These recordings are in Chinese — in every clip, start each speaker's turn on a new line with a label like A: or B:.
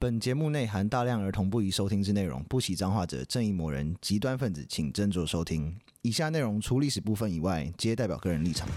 A: 本节目内含大量儿童不宜收听之内容，不喜脏话者、正义魔人、极端分子，请斟酌收听。以下内容除历史部分以外，皆代表个人立场。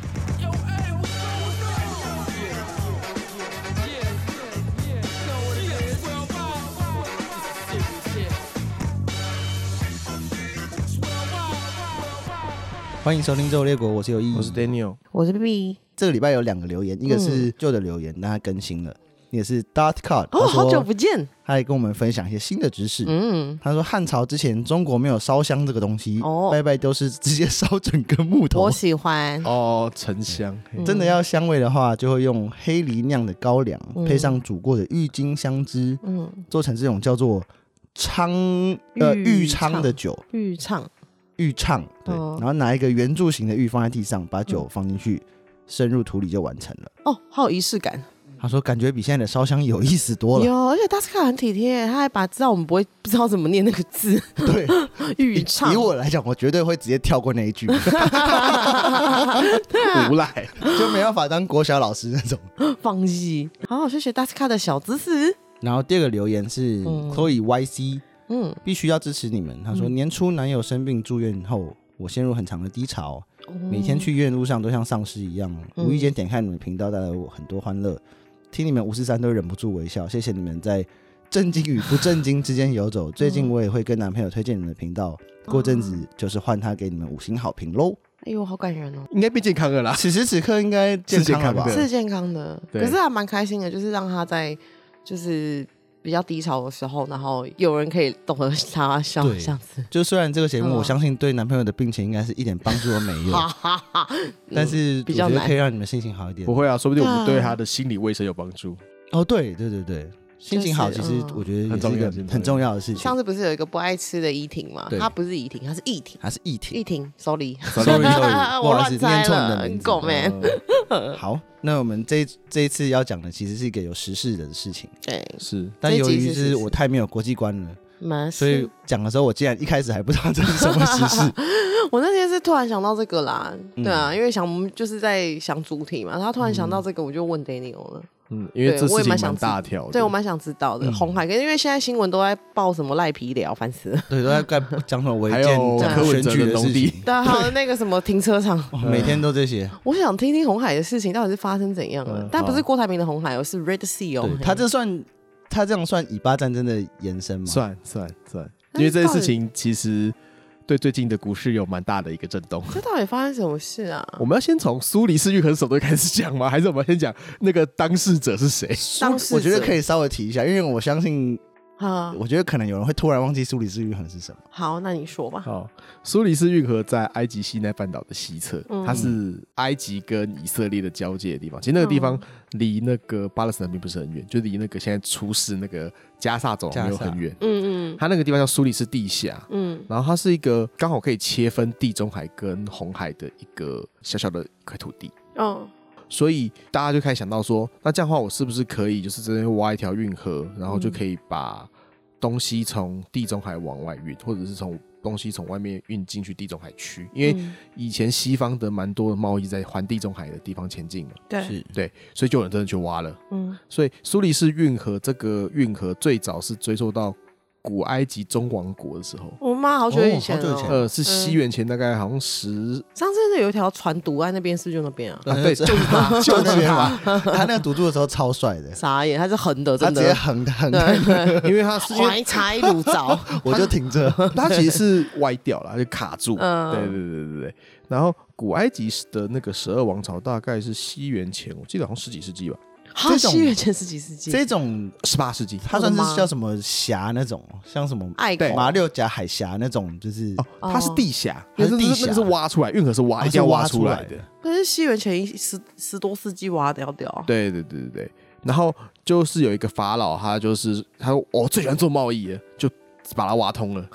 A: 欢迎收听《最后列国》，我是有意义，
B: 我是 Daniel，
C: 我是 B B，
A: 这个礼拜有两个留言，一个是旧的留言，那、他更新了，也是 Dot Card，
C: 嗯哦，好久不
A: 见，
C: 见，
A: 他也跟我们分享一些新的知识。
C: 嗯，
A: 他说汉朝之前中国没有烧香这个东西，
C: 哦
A: 拜拜都是直接烧整根木头
C: 我。喜欢，
B: 哦，沉香，嘿
A: 真的要香味的话，就会用黑梨酿的高粱，
C: 嗯
A: 配上煮过的郁金香汁，
C: 嗯，
A: 做成这种叫做昌呃
C: 玉
A: 玉昌的酒，
C: 预唱，
A: 玉唱对，
C: 哦嗯
A: 然后拿一个圆柱形的玉放在地上，把酒放进去，渗入土里就完成了。
C: 哦，好有仪式感，
A: 他说感觉比现在的烧香有意思多了。
C: 有，而且大斯卡很体贴，他还把知道我们不会不知道怎么念那个 字，
A: 对，
C: 预
A: 以
C: 唱
A: 以，我来讲，我绝对会直接跳过那一句，
C: 啊
B: 无赖，
A: 就没办法当国小老师那种。
C: 放弃，好好学学大斯卡的小知识，
A: 然后第二个留言是
C: 嗯
A: Chloe YC，
C: 嗯，
A: 必须要支持你们。他说年初男友生病住院后，我陷入很长的低潮，
C: 哦
A: 每天去医院路上都像丧尸一样。
C: 嗯
A: 无意间点开你们频道，带来我很多欢乐，听你们五四三都忍不住微笑。谢谢你们在震惊与不震惊之间游走。最
C: 嗯
A: 近我也会跟男朋友推荐你们的频道，过阵
C: 哦
A: 子就是换他给你们五星好评喽。
C: 哎呦，好感人哦，
B: 应该变健康了啦。
A: 此时此刻应该健康了吧？
B: 是对
C: 是健康的，
B: 对
C: 可是还蛮开心的，就是让他在就是比较低潮的时候，然后有人可以懂得他笑，
A: 对
C: 这样子，
A: 就虽然这个节目，
C: 嗯
A: 我相信对男朋友的病情应该是一点帮助都没 有，
C: 哈哈哈，
A: 但是我
C: 比较
A: 觉得
C: 难
A: 可以让你们心情好一点
B: 不。会啊，说不定我们
C: 对啊
B: 对他的心理卫生有帮 助。
A: 哦，对对对对，心情好其实
C: 嗯
A: 我觉得也是
B: 很
A: 一
B: 重
A: 个
B: 要心情
A: 很重要的事情
C: 上。次不是有一个不爱吃的怡婷吗
A: 对？
C: 她不是怡婷，她是怡婷。
A: 还是议
C: 一
A: 题
C: 婷，sorry，
A: ，sorry，sorry，不
C: 我
A: 好意思，
C: 乱
A: 念
C: 猜
A: 错你
C: 了
A: 的，名字。嗯
C: 狗妹。嗯
A: 好，那我们这一这一次要讲的其实是一个有时事的事情，
C: 对，
B: 是
A: 但由
C: 这一
A: 于
C: 集
A: 就是是
C: 时事
A: 我太没有国际观了，
C: 蛮是。
A: 所以讲的时候我竟然一开始还不知道这是什么时 事。
C: 我那天是突然想到这个啦，
A: 嗯
C: 对啊，因为想我们就是在想主题嘛，然后突然想到这个，我就问 Daniel 了。
B: 嗯，因为
C: 对
B: 这
C: 我
B: 事
C: 也
B: 情
C: 蛮想知
B: 大条的。
C: 对我蛮想知道的，
A: 嗯
C: 红海跟因为现在新闻都在报什么赖皮聊，烦死了。
A: 对，都在干讲什么违
B: 还
A: 建、
B: 有
A: 讲
B: 柯
A: 选
B: 文哲
A: 举
B: 的农
A: 事
B: 地
A: 情，
C: 对啊，还有那个什么停车场，
A: 哇每天都这些。
C: 我想听听红海的事情到底是发生怎样了
B: 嗯。
C: 但不是郭台铭的红海哦，是 Red Sea 哦
A: 对，，他这算他这样算以巴战争的延伸吗？
B: 算算算，
C: 那
B: 因为这件
C: 到底
B: 事情其实对最近的股市有蛮大的一个震动。
C: 这到底发生什么事啊？
B: 我们要先从苏黎世玉衡首都开始讲吗？还是我们要先讲那个当事者是谁？
C: 当事
A: 我觉得
C: 者
A: 可以稍微提一下，因为我相信，
C: 啊，
A: 我觉得可能有人会突然忘记苏黎世玉衡是什么。
C: 好，那你说 吧。
B: 哦，苏黎世运河在埃及西奈半岛的西侧，
C: 嗯
B: 它是埃及跟以色列的交界的地方。其实那个地方
A: 嗯
B: 离那个巴勒斯坦并不是很远，就离那个现在出事那个加萨走廊没有
A: 加萨
B: 很远。
C: 嗯嗯
B: 它那个地方叫苏黎世地下，
C: 嗯
B: 然后它是一个刚好可以切分地中海跟红海的一个小小的一块土地。
C: 嗯
B: 所以大家就开始想到说，那这样的话，我是不是可以就是这边挖一条运河，然后就可以把东西从地中海往外运，或者是从东西从外面运进去地中海区？因为
C: 嗯
B: 以前西方的蛮多的贸易在环地中海的地方前进嘛，
C: 对，
B: 对，所以就有人真的去挖了。
C: 嗯
B: 所以苏黎世运河这个运河最早是追溯到古埃及中王国的时候，
C: 我妈好久以前
A: 哦好久以前
C: 哦。
B: 呃，是西元前大概好像十
C: 上次有一条船堵在那边，是不是就那边啊？
B: 啊，对，
A: 就
B: 就是是他，
A: 就
B: 就是
A: 那边
B: 他，
A: 嘛，他那个赌注的时候超帅的，
C: 傻眼，它是横的，
A: 他
C: 真
A: 直接
C: 的。
A: 横的横的，
C: 对，
B: 因为他是因为
C: 怀才如凿。
A: 我就挺着。
B: 它其实是歪掉了，就卡住。
C: 嗯
B: 对对对对对。然后古埃及的那个十二王朝大概是西元前，我记得好像十几世纪吧，
C: 哈，
A: 种
C: 西元前十几世纪，
A: 这种
B: 十八世纪。哦
A: 他算是叫什么峡那种，哦像什么
C: 爱狗
B: 对
A: 马六甲海峡那种，就是
B: 哦，它是地下，
A: 它是
B: 它是
A: 地
B: 地
A: 下
B: 下，那个是挖出来，运河是
A: 哦
B: 挖，一
A: 是
B: 定要
A: 挖
B: 挖
A: 出
B: 出
A: 来
B: 来的
A: 的。
C: 可是西元前十十多世纪挖掉掉啊。
B: 对对对对对。然后就是有一个法老，他就是他说我最喜欢做贸易了，就把它挖通了。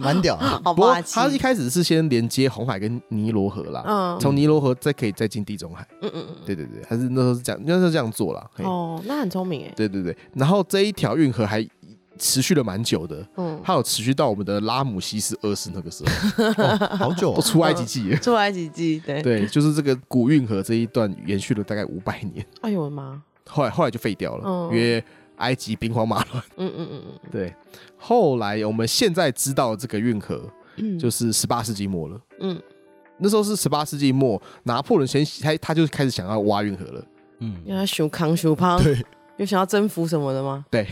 A: 蛮屌 的。
C: 好
B: 不过
C: 霸气。
B: 他一开始是先连接红海跟尼罗河啦，
C: 嗯
B: 从尼罗河再可以再进地中海。
C: 嗯嗯
B: 对对对，他是那时候是这样，那时候这样做啦。嘿
C: 嗯。哦，那很聪明哎。
B: 对对对，然后这一条运河还持续了蛮久的，
C: 嗯，
B: 它有持续到我们的拉姆西斯二世那个时候，
A: 哦好久
B: 都
A: 哦，
B: 出埃及记了。
C: 出埃及记，对。
B: 对，就是这个古运河这一段延续了大概五百年，
C: 哎呦我的妈！
B: 后来后来就废掉了，
C: 嗯
B: 因为埃及兵荒马乱。
C: 嗯嗯嗯
B: 对，后来我们现在知道这个运河
C: 嗯，
B: 就是是十八世纪末了。
C: 嗯
B: 那时候是十八世纪末，拿破仑先他他就开始想要挖运河了，
A: 嗯，
C: 要熊康熊胖，
B: 对，
C: 有想要征服什么的吗，
B: 但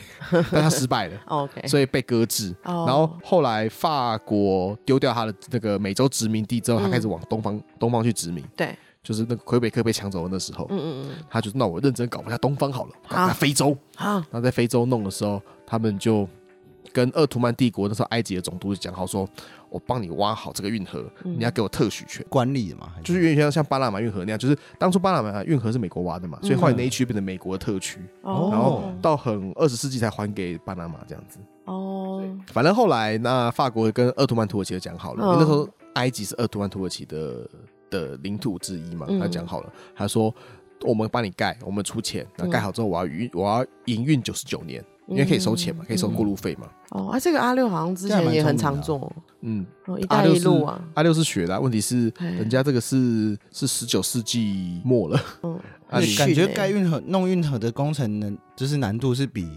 B: 他失败了
C: 哦？OK，
B: 所以被搁置。
C: 哦，
B: 然后后来法国丢掉他的那个美洲殖民地之后，他
C: 嗯
B: 开始往东方、东方去殖民，
C: 对，
B: 就是那个魁北克被抢走的那时候，
C: 嗯嗯嗯，
B: 他就那我认真搞一下东方好了，搞
C: 好
B: 一下非洲。
C: 好，
B: 那在非洲弄的时候，他们就跟鄂图曼帝国那时候埃及的总督就讲好说，我帮你挖好这个运河，
C: 嗯
B: 你要给我特许权。
A: 管理嘛，还
B: 就是有点像像巴拿马运河那样，就是当初巴拿马运河是美国挖的嘛，所以后来那一区变成美国的特区，
A: 哦
B: 然后到很二十世纪才还给巴拿马这样子。
C: 哦，
B: 反正后来那法国跟鄂图曼土耳其就讲好了，
C: 嗯
B: 因为那时候埃及是鄂图曼土耳其的的领土之一嘛，
C: 嗯
B: 他讲好了，他说我们帮你盖，我们出钱，
C: 嗯
B: 那盖好之后我要运我要营运九十九年，因为可以收钱
C: 嗯
B: 嘛，可以收过路费嘛。
C: 哦啊，这个阿六好像之
A: 这样
C: 前
A: 蛮
C: 也很
A: 聪明
C: 常
A: 的啊
C: 做，
B: 嗯，
C: 哦，一
B: 阿
C: 带
B: 六
C: 一
B: 是
C: 路啊，
B: 阿六是学的啊，问题是
C: 哎
B: 人家这个是是十九世纪末了，
C: 嗯，
B: 啊
A: 那
B: 你
A: 感觉
C: 欸
A: 盖运河弄运河的工程能就是难度是比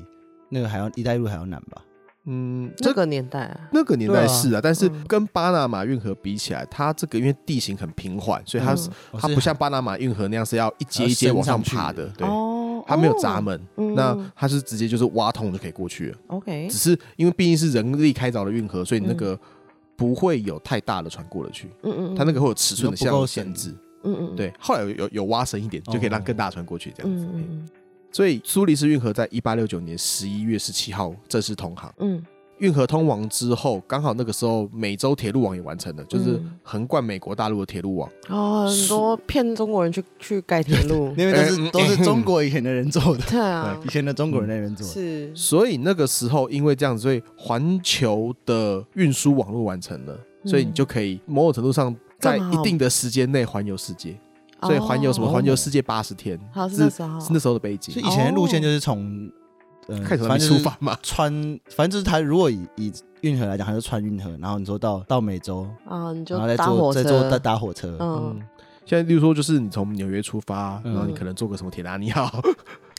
A: 那个还要一带一路还要难吧？
B: 嗯，这
C: 这个年代啊，
B: 那个年代
A: 对啊
B: 是啊，但是
C: 嗯
B: 跟巴拿马运河比起来，它这个因为地形很平缓，所以它是、
C: 嗯
A: 哦
B: 它
A: 是
B: 不像巴拿马运河那样是要一阶一阶往上爬的，对，
C: 哦，
B: 它没有闸
C: 闸门
B: 门，
C: 嗯
B: 那它是直接就是挖洞就可以过去了。
C: ，OK，
B: 只是因为毕竟是人力开凿的运河，所以那个不会有太大的船过得去，
C: 嗯嗯，
B: 它那个会有尺寸的
A: 你说不
B: 限
A: 够
B: 限制。
C: 嗯嗯，嗯，
B: 对，后来有有有挖深一点，
A: 哦，
B: 就可以让更大的船过去这样
C: 嗯
B: 子。嘿
C: 嗯
B: 所以苏黎世运河在一八六九年十一月十七号正式通航。
C: 嗯
B: 运河通完之后，刚好那个时候美洲铁路网也完成了，就是横贯美国大陆的铁路网。
C: 嗯，哦，很多骗中国人去去盖铁 路
A: 因为都是、
B: 哎嗯
A: 都是中国以前的人做的，
C: 对 啊
A: 以，前的中国人那人做的。
C: 是，
B: 所以那个时候，因为这样子，所以环球的运输网络完成了，
C: 嗯
B: 所以你就可以某种程度上在
C: 更
B: 一
C: 好
B: 定的时间内环游世界。所以环游什么？
C: 哦
B: 环游世界八十天，
C: 好是
B: 是
C: 那时候
B: 是那时候的背景啊
A: 所以。以前的路线就是从，呃，
B: 开始还
A: 反
B: 没
A: 正就
B: 出
A: 是
B: 发嘛，
A: 穿，反正就是他如果以以运河来讲，他就穿运河，然后你说到到美洲，
C: 啊，你就
A: 然后再
C: 搭火
A: 坐
C: 车，
A: 再坐再搭火车，
C: 嗯
B: 嗯，，现在例如说就是你从纽约出发，
A: 嗯
B: 然后你可能坐个什么铁达尼 号，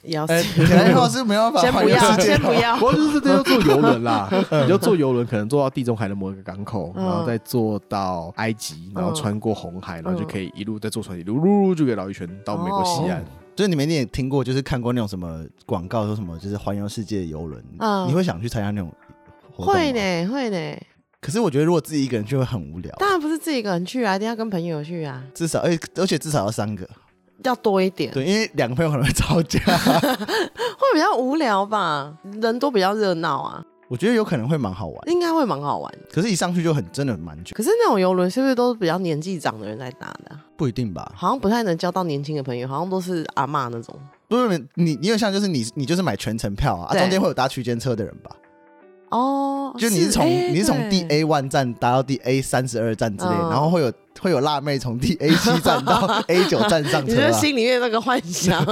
C: 也要
A: 哎，
C: 死
A: 然后是没办法
C: 先
A: 环
C: 不
A: 游世
C: 要，
A: 界
C: 先不
A: 的，
C: 要，
B: 我就是这要坐游轮 啦，你就坐游轮，可能坐到地中海的某一个港口，
C: 嗯
B: 然后再坐到埃及，然后穿过红海，然后就
C: 嗯
B: 可以一路再坐船一路噜噜就可以绕一圈到美国西岸。
A: 就是你们一定也听过，就是看过那种什么广告，说什么就是环游世界游轮，
C: 嗯
A: 你会想去参加那种活动吗
C: 会。呢会呢，
A: 可是我觉得如果自己一个人去会很无聊，
C: 当然不是自己一个人去啊，一定要跟朋友去啊，
A: 至少而且而且至少要三个，
C: 要多一点，
A: 对，因为两个朋友可能会吵架，
C: 会比较无聊吧，人多比较热闹啊，
A: 我觉得有可能会蛮好玩。
C: 应该会蛮好玩。
A: 可是，一上去就很真的蛮久，
C: 可是那种游轮是不是都是比较年纪长的人在搭的啊、
A: 不一定吧？
C: 好像不太能交到年轻的朋友，好像都是阿嬷那种。
A: 不是你，你有像就是你，你就是买全程票啊，啊
C: 对
A: 中间会有搭区间车的人吧？
C: 哦，
A: 就你是从
C: 哎
A: 你是从第
C: 对
A: A one 站搭到第 A 三十二站之类，
C: 嗯
A: 然后会有会有辣妹从第 A 七站到 A 九站上
C: 你
A: 车
C: 这
A: 啊。
C: 心里面那个幻想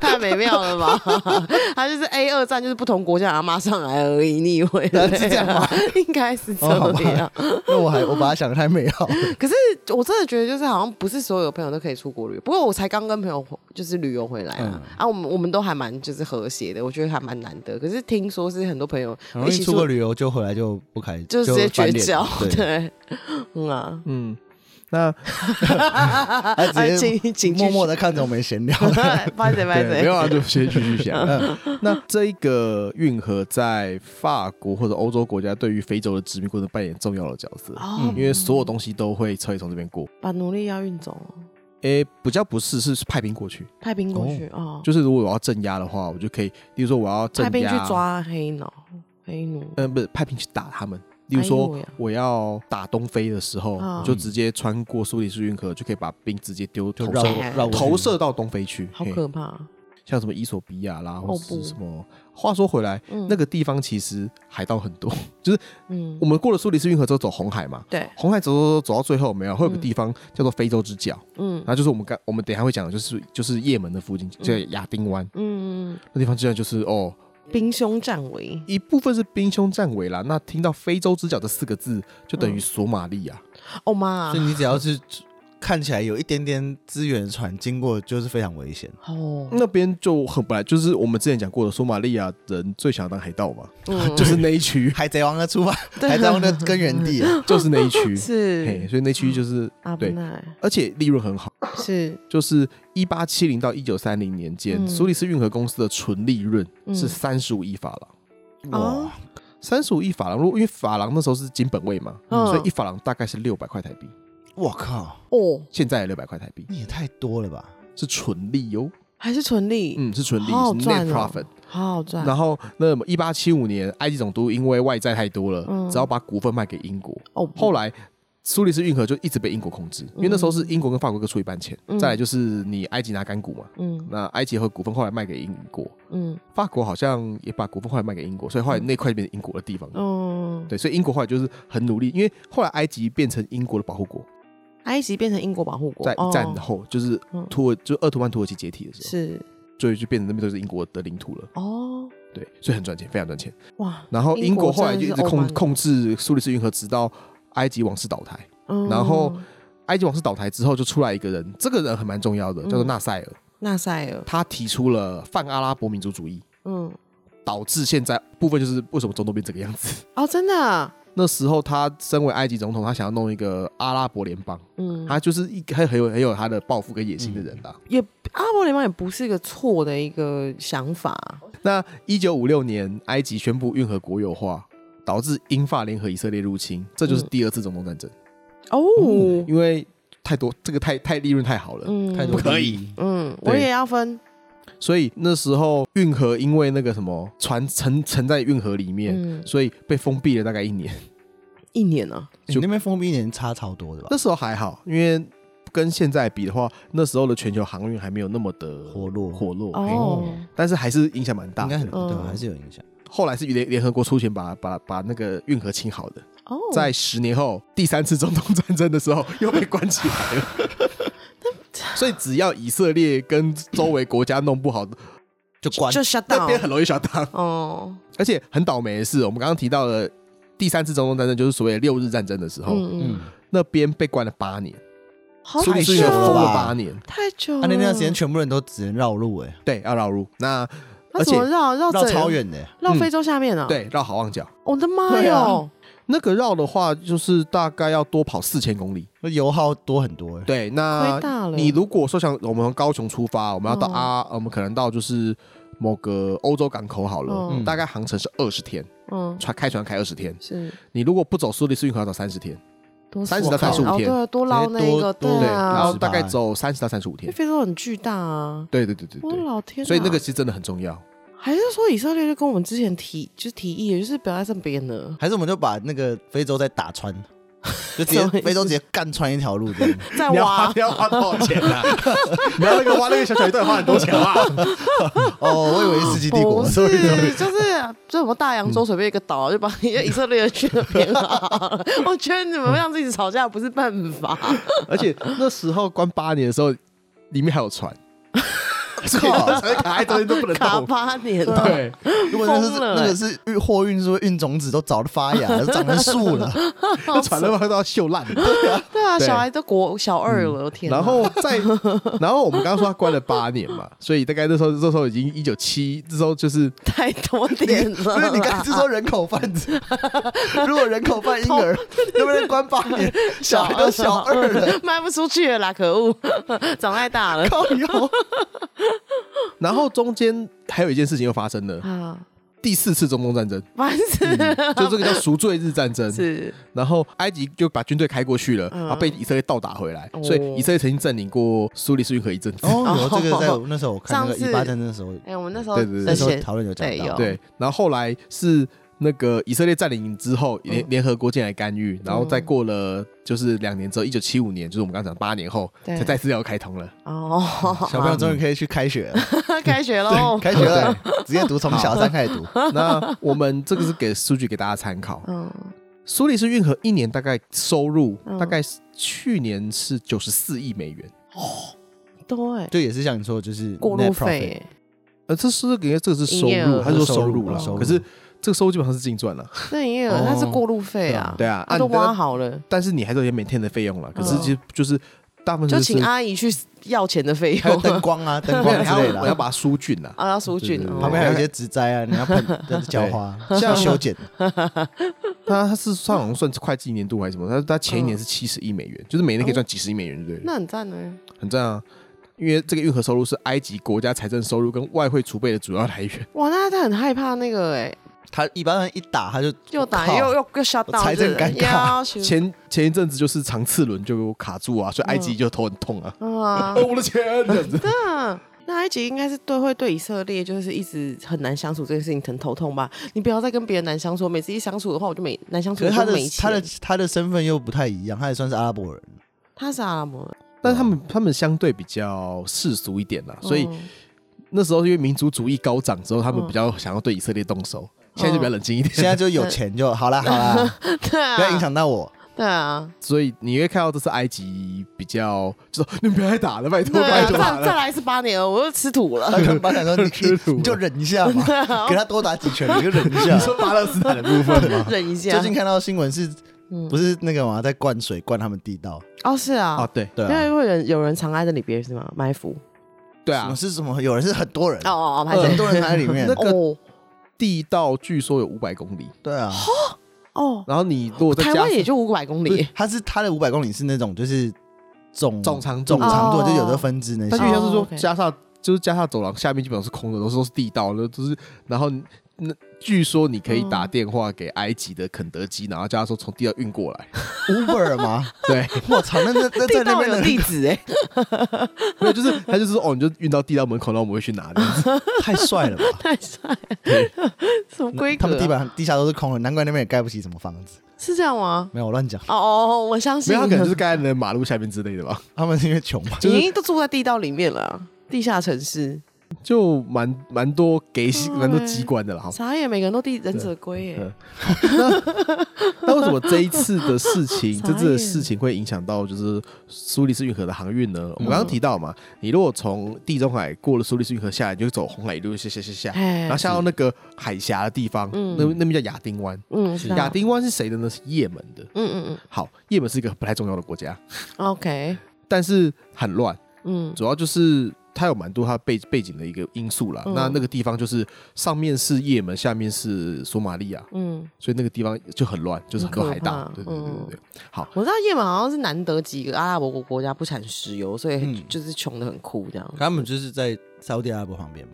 C: 太美妙了吧？他就是 A 二站，就是不同国家的阿妈上来而已。你以为
A: 是这样吗？
C: 应该是这
A: 哦好吧
C: 样。啊
A: 那我还我把它想的太美 好了。
C: 可是我真的觉得，就是好像不是所有的朋友都可以出国旅游。不过我才刚跟朋友回就是旅游回来啊，啊，我们我们都还蛮就是和谐的，我觉得还蛮难得。可是听说是很多朋友
A: 很容
C: 一
A: 易
C: 起
A: 出国旅游就回来就不开，
C: 就直接
A: 翻
C: 绝
A: 脸
C: 交，
A: 对，
C: 对，嗯啊，
B: 嗯，那
A: 他直接
C: 请请
A: 默默的看着我们闲 聊。
C: 拍谁拍
B: 对，没
C: 谁，
B: 有啊，就先继续 想。嗯那这一个运河在法国或者欧洲国家对于非洲的殖民过程扮演重要的角色，
C: 哦，
B: 因为所有东西都会车也从这边过。
C: 把奴隶要运走，
B: 诶，比较不是，是派兵过去。
C: 派兵过去哦，
B: 就是如果我要镇压的话，我就可以，例如说我要镇
C: 派
B: 压，
C: 兵去抓黑奴，黑奴，
B: 嗯，不是派兵去打他们。例如
C: 哎呦
B: 说
C: 喂，
B: 我要打东非的时候，
C: 啊
B: 我就直接穿过苏黎世运河，就可以把兵直接丢
A: 就
B: 投
A: 绕
B: 射
C: 哎
A: 绕过去
B: 投射到东非去。
C: 好
B: 嘿
C: 可怕，
B: 像什么伊索比亚啦，或
C: 哦
B: 者
C: 不
B: 是什么。话说回来，
C: 嗯，
B: 那个地方其实海盗很多，
C: 嗯
B: 我，们过了苏黎世运河之后走红海嘛。
C: 对，
B: 红海走走走走到最后有没有，会有个地方叫做非洲之角，
C: 嗯
B: 然后就是我们刚我们等一下会讲的，就是就是也门的附近，叫亚丁湾、
C: 嗯，
B: 那地方，居然就是哦，
C: 兵凶战危，
B: 一部分是兵凶战危啦。那听到非洲之角这四个字，就等于索马利亚。
C: 哦妈
A: 所以，你只要是看起来有一点点资源的船经过，就是非常危 险。
C: 哦，
B: 那边就很本来就是我们之前讲过的，索马利亚人最想当海盗嘛，
C: 嗯，
B: 就是那一区，
A: 海贼王的出发，海贼王的根源地啊，
B: 就是那一区
C: 是嗯
B: 嘿，所以那区就是
C: 阿布
B: 对
C: 奈
B: 而且利润很好，
C: 是
B: 就是一八七零到一九三零年间，
C: 嗯
B: 苏黎世运河公司的纯利润是
C: 嗯
B: 三十五亿法郎。
C: 哦
A: 哇，
B: 三十五亿法郎，如果因为法郎那时候是金本位嘛，
C: 嗯
B: 所以一法郎大概是六百块台币，
A: 我靠，
C: 哦，
B: 现在六百块台币
A: 你也太多了吧？
B: 是纯利哟，
C: 还是纯利，
B: 嗯，是纯利，是
C: 好好
B: net
C: 赚哦
B: profit。
C: 好好赚。
B: 然后那么一八七五年，埃及总督因为外债太多了，
C: 嗯
B: 只要把股份卖给英国，
C: 哦，
B: 后来。苏黎世运河就一直被英国控制，因为那时候是英国跟法国各出一半钱，
C: 嗯
B: 再来就是你埃及拿干股嘛，
C: 嗯
B: 那埃及和股份后来卖给英国，
C: 嗯
B: 法国好像也把股份后来卖给英国，所以后来那块变成英国的地方。
C: 嗯，
B: 对，所以英国后来就是很努力，因为后来埃及变成英国的保护国，
C: 埃及变成英国保护国，
B: 在
C: 哦
B: 一战后就是
C: 嗯
B: 土耳就鄂图曼土耳其解体的时候，
C: 是
B: 所以就变成那边都是英国的领土了。
C: 哦，
B: 对，所以很赚钱，非常赚钱。
C: 哇，
B: 然后英国后来就
C: 真
B: 一
C: 的
B: 直
C: 是
B: 控
C: open
B: 控制苏黎世运河，直到埃及王室倒台。
C: 嗯
B: 然后埃及王室倒台之后，就出来一个人，这个人很蛮重要的，
C: 嗯
B: 叫做纳赛尔，
C: 纳赛尔，
B: 他提出了泛阿拉伯民族主义，
C: 嗯，
B: 导致现在部分就是为什么中东变这个样子。
C: 哦，真的，
B: 那时候他身为埃及总统，他想要弄一个阿拉伯联邦。
C: 嗯，
B: 他就是一个很很有很有他的抱负跟野心的人啊啦。
C: 阿拉伯联邦也不是一个错的一个想法，
B: 那一九五六年，埃及宣布运河国有化，导致英法联合以色列入侵，这
C: 嗯
B: 就是第二次中东战争。嗯
C: 哦，
B: 因为太多这个太太利润太好了，
C: 嗯
A: 太多
B: 不可
A: 利
B: 以
A: 益，
C: 嗯，
B: 对
C: 我也要分，
B: 所以那时候运河因为那个什么船沉沉在运河里面，
C: 嗯，
B: 所以被封闭了大概一年。
C: 一年呢，
A: 你那边封闭年差超多的吧
B: 那？时候还好，因为。跟现在比的话，那时候的全球航运还没有那么的
A: 活络
B: 活络，嘿
C: 哦，
B: 但是还是影响蛮大
A: 应
B: 的，
A: 该很多对吧，
C: 嗯
A: 还是有影响。
B: 后来是联联合国出钱把把把那个运河清好的，
C: 哦，
B: 在十年后第三次中东战争的时候又被关起来 了。所以只要以色列跟周围国家弄不好，
A: 就关
C: 就 shut
B: 那边
C: down，
B: 很容易小当。
C: 哦，
B: 而且很倒霉的是，我们刚刚提到了第三次中东战争，就是所谓的六日战争的时候，
C: 嗯嗯，
A: 嗯，
B: 那边被关了八年，
C: 好哦
B: 苏黎世
A: 运
C: 久
B: 也
A: 河
B: 封
A: 吧
B: 了八年，
C: 太久了，
A: 啊，那段时间全部人都只能绕路哎，
B: 对，要绕路，
C: 啊
B: 那
C: 那怎么绕绕
A: 绕
C: 整
A: 超，远的，
C: 绕非洲下面啊，，
B: 嗯对绕好望角，
C: 我的妈
B: 对
C: 哟
B: 啊，那个绕的话，就是大概要多跑四千公里。
A: 那油耗多很多哎。
B: 对，那
C: 亏大
B: 啊
C: 了，
B: 你如果说想我们从高雄出发，我们要到
C: 嗯
B: 阿、我们可能到就是某个欧洲港口好了，
A: 嗯
B: 大概航程是二十天，
C: 嗯
B: 船开船开二十天。
C: 是
B: 你如果不走苏黎世运河，要走三十天，
C: 多
B: 30
A: 到35
C: 哦
B: 天
C: 对，多捞那一个，
A: 直接多多
B: 对，然
C: 啊
B: 后，大概走三十到三十五
C: 因为
B: 天。
C: 非洲很巨大啊，
B: 对对对对
C: 我的
B: 对，
C: 老天啊，
B: 所以那个其实真的很重要。
C: 还是说以色列就跟我们之前提就是提议的，就是不要在这边了，
A: 还是我们就把那个非洲再打穿， 就直接
C: 什么意思
A: 非洲直接干穿一条路这样。
C: 再
B: 你要花
C: 挖
B: 你要花多少钱 啊？你要那个挖那个小小一段花很多钱啊？
A: 哦，我以为是世纪帝国
C: 不，是， 就是这什么大
B: 嗯
C: 洋洲随便一个岛，啊就把你以色列人去那边了。 我觉得你们让自己吵架不是办 法，
B: 而且那时候关八年的时候，里面还有船，所以 那船卡在中间都不能
C: 卡
B: 动。
C: 八年了。
B: 对，
A: 如果那是
C: 疯了欸
A: 那个是运货运输运种子都早就发芽，都长成树了。
B: 那船的话都要锈烂 了。
C: 对啊，
B: 对
C: 小孩都国小二了，我天哪！
B: 然后 在，然后我们刚刚说他关了八年嘛，所以大概那时候那时候已经一九七，这时候就是
C: 太多点 了啦，
A: 不是你刚才是说人口贩 子，如果人口贩婴儿，能不能关八 年？小孩都小二了，
C: 卖不出去了啦，可恶，长太大了
A: 靠腰。
B: 然后中间还有一件事情又发生了，
C: 啊，
B: 第四次中东 战争，嗯
C: 烦死了，
B: 就这个叫赎罪日战争。
C: 是
B: 然后埃及就把军队开过去了，
C: 嗯
B: 然后被以色列倒打回来，
C: 哦
B: 所以以色列曾经占领过苏黎世运河一阵子。
A: 哦，有这个在我那时候我看那
C: 上
A: 个
C: 次
A: 一八战争的时候，
C: 哎，我们那时候
B: 对对对
A: 那
C: 的
A: 时候
C: 闲
A: 讨论有讲
C: 对
A: 到
C: 有，
B: 对，然后后来是那个以色列占领之后，联
C: 嗯
B: 联合国进来干预，然后再过了就是两年之后，一九七五年，就是我们刚刚讲八年后，
C: 对
B: 才再次要开通了。
C: 哦，
A: 小朋友终于可以去开学了，
C: 开学
A: 哦
C: 喽，
A: 开学 了，直接读从小三开始读。
B: 那我们这个是给数据给大家参考。
C: 嗯，
B: 苏黎世运河一年大概收入
C: 嗯
B: 大概是去年是九十四亿美元，
C: 对，
A: 就也是像你说，就是
C: 过路
A: net
C: 费
A: profit，
C: 哎
B: 呃，这是给这个是收
C: 营业额
B: 入，他说收入
A: 这
B: 了
A: 哦是收入，
B: 可是这个收入基本上是净赚了，
C: 那营业额
A: 哦
C: 它是过路费啊，
B: 对啊，
C: 它都
B: 按你的
C: 挖好了，
B: 但是你还是有一些每天的费用了，可是
C: 嗯
B: 就就是大部分
C: 就
B: 就是
C: 请啊阿姨去要钱的费
A: 还有
C: 用
A: 灯光啊，灯光
B: 还
A: 之
B: 要
A: 类
B: 我要
A: 的。
B: 把它疏浚呐。
C: 啊，要苏
A: 对对
C: 俊
A: 对
C: 哦
A: 旁边还有一些植栽啊，你要 喷就是浇花，像修剪，
B: 它它是它好像算会计年度还是什么？它它前一年是七十亿美元，就是每年可以赚几十亿美元，对不对了？
C: 那很赞呢。
B: 很赞啊！因为这个运河收入是埃及国家财政收入跟外汇储备的主要来源。
C: 哇，那他很害怕那个哎，
A: 他一般人一打他就
C: 又打
A: 靠
C: 又又又 shut
A: 我
C: down，
A: 财政
C: 就是
A: 尴尬
C: 要求
B: 前前一阵子就是长次轮就卡住啊，所以埃及就头很痛啊。
C: 啊
B: 哦，，我的钱这样子。
C: 那啊那埃及应该是对会对以色列就是一直很难相处这件事情很头痛吧？你不要再跟别人难相处，每次一相处的话我就没难相处，
A: 可是他
C: 我就
A: 的
C: 没钱
A: 他的他的身份又不太一样，他也算是阿拉伯人，
C: 他是阿拉伯人，
B: 但是他们 他们相对比较世俗一点啦，所以
C: 嗯
B: 那时候因为民族主义高涨之后，他们比较想要对以色列动手，现在就比较冷静一
A: 现
B: 点。
A: 在就 有钱就好啦好啦，
C: 对啊，
A: 不要影，响到 我。
C: 对啊，
B: 所以你会看到这是埃及比较，就说你们不要再打了，拜托
C: 对
B: 拜
C: 啊，
B: 托
C: 再再
B: 了。
C: 来是八年了，我又吃土 了？
A: 他。可能班长说你
B: 吃土啊
A: 你你就忍一下嘛，给他多打几拳，你就忍一下
B: 你。说巴勒斯坦的部分吗
C: 忍一下
A: 最，近看到新闻是
C: 嗯
A: 不是那个嘛，在灌水灌他们地道？
C: 哦，是
B: 啊，
C: 啊，
B: 对
A: 对
C: 因
A: 啊，
C: 为会有人有人藏在这里边是吗？埋伏，
B: 对
A: 什
B: 啊
A: 么，是什么？有人是很多人
C: 哦，哦哦，埋
A: 很
C: 伏，
A: 多人在里面
B: 那。个
C: 哦
B: 地道据说有五百公里，
A: 对啊，
C: 哦，
B: 然后你如果再
C: 台
B: 加
C: 湾也就五百公里，
A: 他是他的五百公里是那种就是总
B: 总长度
A: 总长度，
C: 哦
A: 就有的分支那
B: 它
A: 些
B: 就。像是
C: 哦
B: 说
C: ，OK
B: 加上就是加上走廊下面基本上是空的，都是都是地道，那都是然后那据说你可以打
C: 嗯
B: 电话给埃及的肯德基，然后叫他说从地道运过来。
A: Uber 吗？
B: 对，
A: 我操，那那那在
C: 地
A: 那
C: 道
A: 边
C: 有
A: 的
C: 地址哎，
B: 没有就是他就是说哦，你就运到地道门口，然后我们会去拿这样子。
A: 太帅了吧！
C: 太帅了，什么 规格
A: 他
C: 啊？
A: 们地板地下都是空的，难怪那边也盖不起什么房子。
C: 是这样吗？
A: 没有，我乱讲。
C: 哦哦，我相
B: 没
C: 信
B: 有，他可能就是盖在马路下面之类的吧，
A: 他们是因为穷嘛，
C: 已经都住在地道里面了啊，地下城市，
B: 就蛮蛮多给西
C: 对
B: 蛮多机关的了哈。
C: 啥也每个人都地忍者龟耶，
B: 嗯那为什么这一次的 事情，这
C: 傻眼
B: 次的事情会影响到就是苏黎世运河的航运呢？我们
C: 嗯
B: 刚刚提到嘛，你如果从地中海过了苏黎世运河下来，你就走红海一路下下下下，
C: 哎
B: 然后下到那个海峡的地方，
C: 嗯
B: 那那边叫亚丁湾。
C: 嗯，我知道
B: 亚，丁湾是谁的呢？是也门的。
C: 嗯嗯
B: 好，也门是一个不太重要的国家，
C: 嗯，OK，
B: 但是很乱，
C: 嗯，
B: 主要就是它有蛮多它背背景的一个因素啦。
C: 嗯
B: 那那个地方就是上面是也门，下面是索马利亚，
C: 嗯，
B: 所以那个地方就很乱，就是很多海
C: 很
B: 盗
C: 可。怕
B: 对
C: 嗯
B: 对对对对。好，
C: 我知道也门好像是难得几个阿拉伯国国家不产石油，所以很
A: 嗯
C: 就是穷的很酷这样。
A: 他们就是在沙地阿拉伯旁边嘛，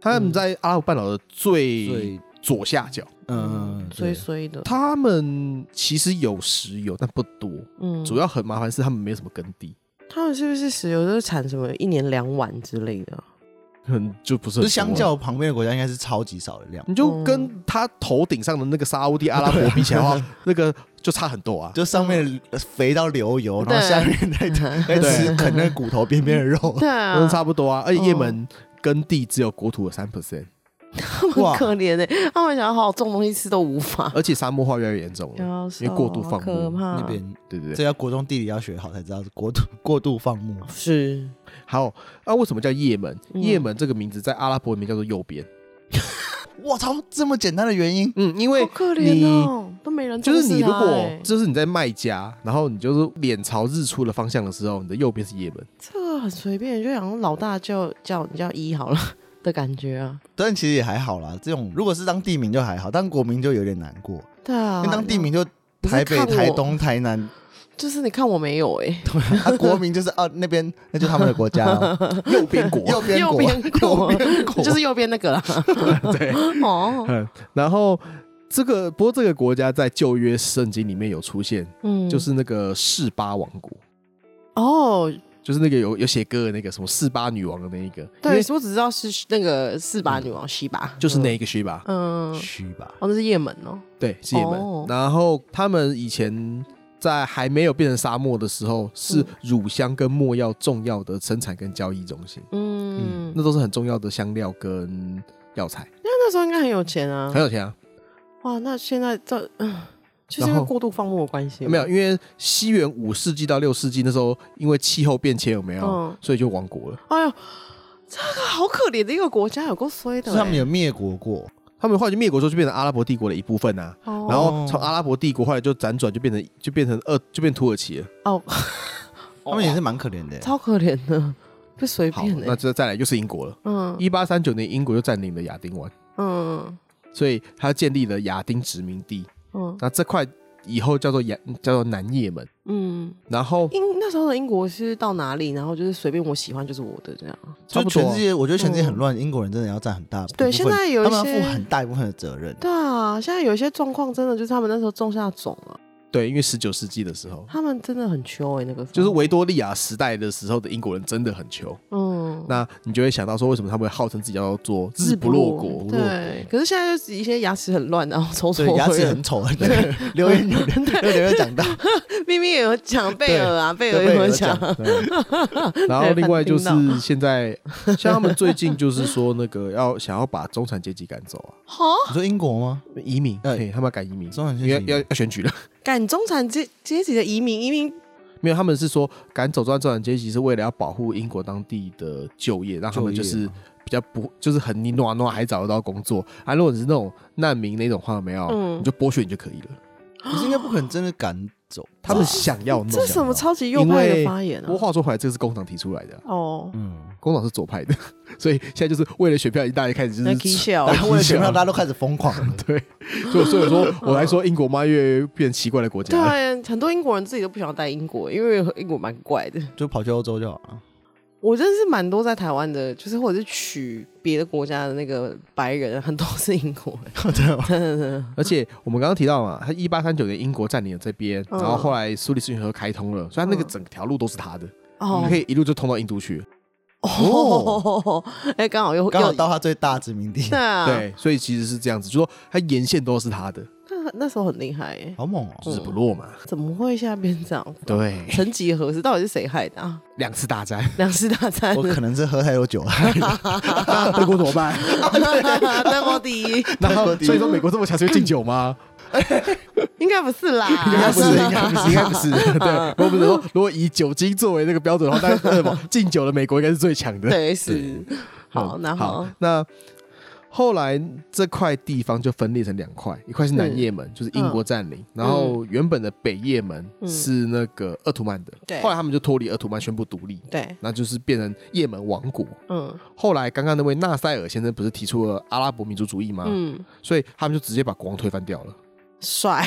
B: 他们在阿拉伯半岛的
C: 嗯
B: 最
A: 最
B: 左下角，
A: 嗯，
C: 衰
A: 对
C: 衰的，
B: 他们其实有石油，但不多。
C: 嗯，
B: 主要很麻烦是他们没有什么耕地，
C: 他们是不是石油就是产什么一年两碗之类的啊？
B: 很就不是
A: 就
B: 很
A: 是相
B: 多
A: 较旁边的国家，应该是超级少的量，
B: 你就跟他头顶上的那个沙乌地阿拉伯比起来的
C: 哦
B: 话， 那个就差很多啊。
A: 就上面肥到流油，然后
C: 对嗯
A: 下面在 在吃啃那个骨头边边的肉，
C: 对
B: 嗯，
C: 啊，
B: 差不多啊。而且
C: 嗯
B: 也门耕地只有国土的三 percent，
A: 哇
C: 很可怜的，他们想要好好种东西吃都无法，
B: 而且沙漠化越来越严重了。
C: 要
B: 呃因为过度
C: 瘦
B: 放
C: 好可
B: 牧
C: 怕，
A: 那边
B: 对对
A: 这
B: 对，
A: 要国中地理要学好才知道是国度过度放牧，
C: 是
B: 好啊，为什么叫也门？
C: 嗯
B: 也门这个名字在阿拉伯里面叫做右边。
A: 我操，这么简单的原因，
B: 嗯，因为
C: 好可
B: 你
C: 怜哦，都没人
B: 就是
C: 重视
B: 你如
C: 它
B: 果
C: 欸
B: 就是你在麦加，然后你就是脸朝日出的方向的时候，你的右边是 也门。
C: 这个啊很随便，就想说老大就叫你叫一好了的感觉啊。
A: 但其实也还好啦。这种如果是当地名就还好，当国民就有点难过，
C: 对啊
A: 因为，当地名就
C: 你
A: 台
C: 是
A: 北、
C: 看我
A: 台东、台南，
C: 就是你看我没有哎、
A: 啊，国民就是啊那边那就是他们的国家哦，
B: 右边国，
A: 右边
C: 右
A: 国，
C: 边过，
A: 国
C: 就是右边那个啦。
B: 对，
C: 哦，
B: 嗯，然后这个不过这个国家在旧约圣经里面有出现，
C: 嗯，
B: 就是那个示巴王国，
C: 哦，
B: 就是那个有有写歌的那个什么示巴女王的那一个，因
C: 对，
B: 为
C: 我只知道是那个四把女王西巴，
B: 就是那一个西巴，
C: 嗯，嗯
A: 虚吧，
C: 哦，那是也门哦，
B: 对，是也门。
C: 哦
B: 然后他们以前。在还没有变成沙漠的时候，是
C: 嗯
B: 乳香跟墨药重要的生产跟交易中心，
C: 嗯，
B: 那都是很重要的香料跟药材，
C: 那那时候应该很有钱啊
B: 很，有钱啊。
C: 哇，那现在这，嗯就是因
B: 然
C: 为
B: 后
C: 过度放牧的关系，
B: 没有，，因为西元五世纪到六世纪那时候，因为气候变迁有没有，
C: 嗯
B: 所以就亡国了。
C: 哎呦，这个好可怜的一个国家，有够衰 的
A: 就是
C: 欸、
A: 他们有灭国过，
B: 他们后来就灭国之后，就变成阿拉伯帝国的一部分啊。
C: 哦，
B: 然后从阿拉伯帝国后来就辗转就变成就变成二就变土耳其了，
C: 哦，
A: 他们也是蛮可怜的欸。
C: 超可怜的，不随
B: 好
C: 便，
B: 那
C: 的、
B: 这再来就是英国了。
C: 嗯
B: 一八三九年，英国就占领了亚丁湾，
C: 嗯
B: 所以他建立了亚丁殖民地。
C: 嗯
B: 那这块以后叫做亚，叫做南也门。
C: 嗯，
B: 然后
C: 英那时候的英国是到哪里，然后就是随便我喜欢就是我的这样。
B: 差
A: 就
B: 不多嗯
A: 全世界，我觉得全世界很乱，英国人真的要占很大部分。
C: 对现在有一
A: 他们要
C: 些
A: 负很大一部分的责任。
C: 对啊，现在有一些状况真的就是他们那时候种下种啊，
B: 对，因为十九世纪的时候，
C: 他们真的很穷哎、那个时候
B: 就是维多利亚时代的时候的英国人真的很穷。
C: 嗯
B: 那你就会想到说，为什么他们会号称自己叫做日不落国？
C: 对，可是现在就是一些牙齿很乱，然后丑丑
A: 对，牙齿
C: 的
A: 很丑。那 个留言有人留言有讲到，
C: 咪咪也有 讲贝尔啊，贝尔也
A: 被
C: 有
A: 有
C: 讲
A: 讲，。对
B: 然后另外就是
C: 对反正
B: 现在，像他们最近就是说那个要想要把中产阶级赶走啊，
C: 哈，
A: 你说英国吗？
B: 移民，
A: 呃
B: 对，他们要赶移民，
A: 中产阶
B: 因为
A: 级
B: 要要选举了。
C: 赶中产阶阶级的移民，移民
B: 没有，他们是说赶走中产中产阶级是为了要保护英国当地的就业，让他们
A: 就
B: 就
A: 业
B: 是比较不就是很你暖暖还找得到工作啊。如果你是那种难民那种话，没有，
C: 嗯
B: 你就剥削你就可以了。
A: 可是应该不可能真的赶走
B: 他们想要弄
C: 这，什么超级右派的发言
B: 不
C: 啊
B: 过？话说回来，这个是工党提出来的啊、
C: 哦，
A: 嗯，
B: 工党是左派的，所以现在就是为了选票，一大家开始就
C: 那
B: 是
C: k 笑
A: 然后为了选票，大家都开始疯狂 了。
B: 对，所以所以我说，我来说英国妈越来越变奇怪的国家
C: 嗯对
B: 了。
C: 啊，很多英国人自己都不想要待英国，因为英国蛮怪的。
A: 就跑去欧洲就好了。
C: 我认识蛮多在台湾的，就是或者是娶别的国家的那个白人，很多是英国人。
B: 而且我们刚刚提到嘛，他一八三九年英国占领了这边，
C: 嗯
B: 然后后来苏黎世运河开通了，所以他那个整条路都是他的，他
C: 哦
B: 可以一路就通到印度去。
C: 哦， 哎，刚好又
A: 刚好
C: 又
A: 到他最大殖民地，
C: 对啊，哦
B: 对，所以其实是这样子，就说他沿线都是他的，
C: 那那时候很厉害耶，
A: 好猛哦！
B: 就是不落嘛。
C: 怎么会现在变这样？啊
B: 对，
C: 曾几何时，到底是谁害的啊？
B: 两次大战，
C: 两次大战
A: 我，可能是喝太多酒了，
B: 德国怎么办？
C: 德国第一，
B: 然后所以说美国这么强是会禁酒 吗？
C: 应该不是啦，
B: 应该不是，应该不是，应该不 是。对，我不是
C: 啊
B: 说，如果以酒精作为那个标准的话，那那什么禁酒的美国应该是最强的。
C: 对，是好，
B: 嗯
C: 然后
B: 那后来这块地方就分裂成两块，一块是南叶门，就是英国占领，然后原本的北叶门
C: 嗯
B: 是那个鄂图曼的，
C: 对
B: 后来他们就脱离鄂图曼，宣布独立，
C: 对，
B: 那就是变成叶门王国。
C: 嗯
B: 后来刚刚那位纳赛尔先生不是提出了阿拉伯民族主义吗？
C: 嗯，
B: 所以他们就直接把国王推翻掉了，
C: 帅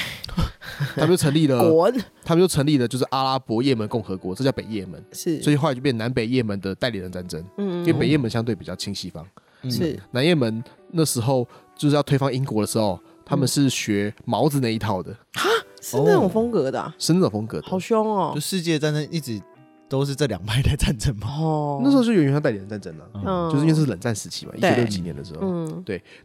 B: 他们就成 立了，
C: 滚
B: 他们就成立了就是阿拉伯叶门共和国，这叫北叶门。
C: 是，
B: 所
C: 以
B: 以后来就变南北叶门的代理人战争，
C: 嗯
B: 因为北叶门相对比较亲西方。
A: 嗯
C: 是
B: 南叶门那时候就是要推翻英国的时候，他们是学毛子那一套的，
C: 是那
B: 哦
C: 种风格的啊，
B: 是那种风格的。
C: 好凶哦
A: 就，世界战争一直都是这两派在战争嘛。
C: 哦，
B: 那时候就有点像代理人战争了、
C: 嗯
B: 就是因为是冷战时期嘛，一九
C: 对
B: 六几年的时候。
C: 嗯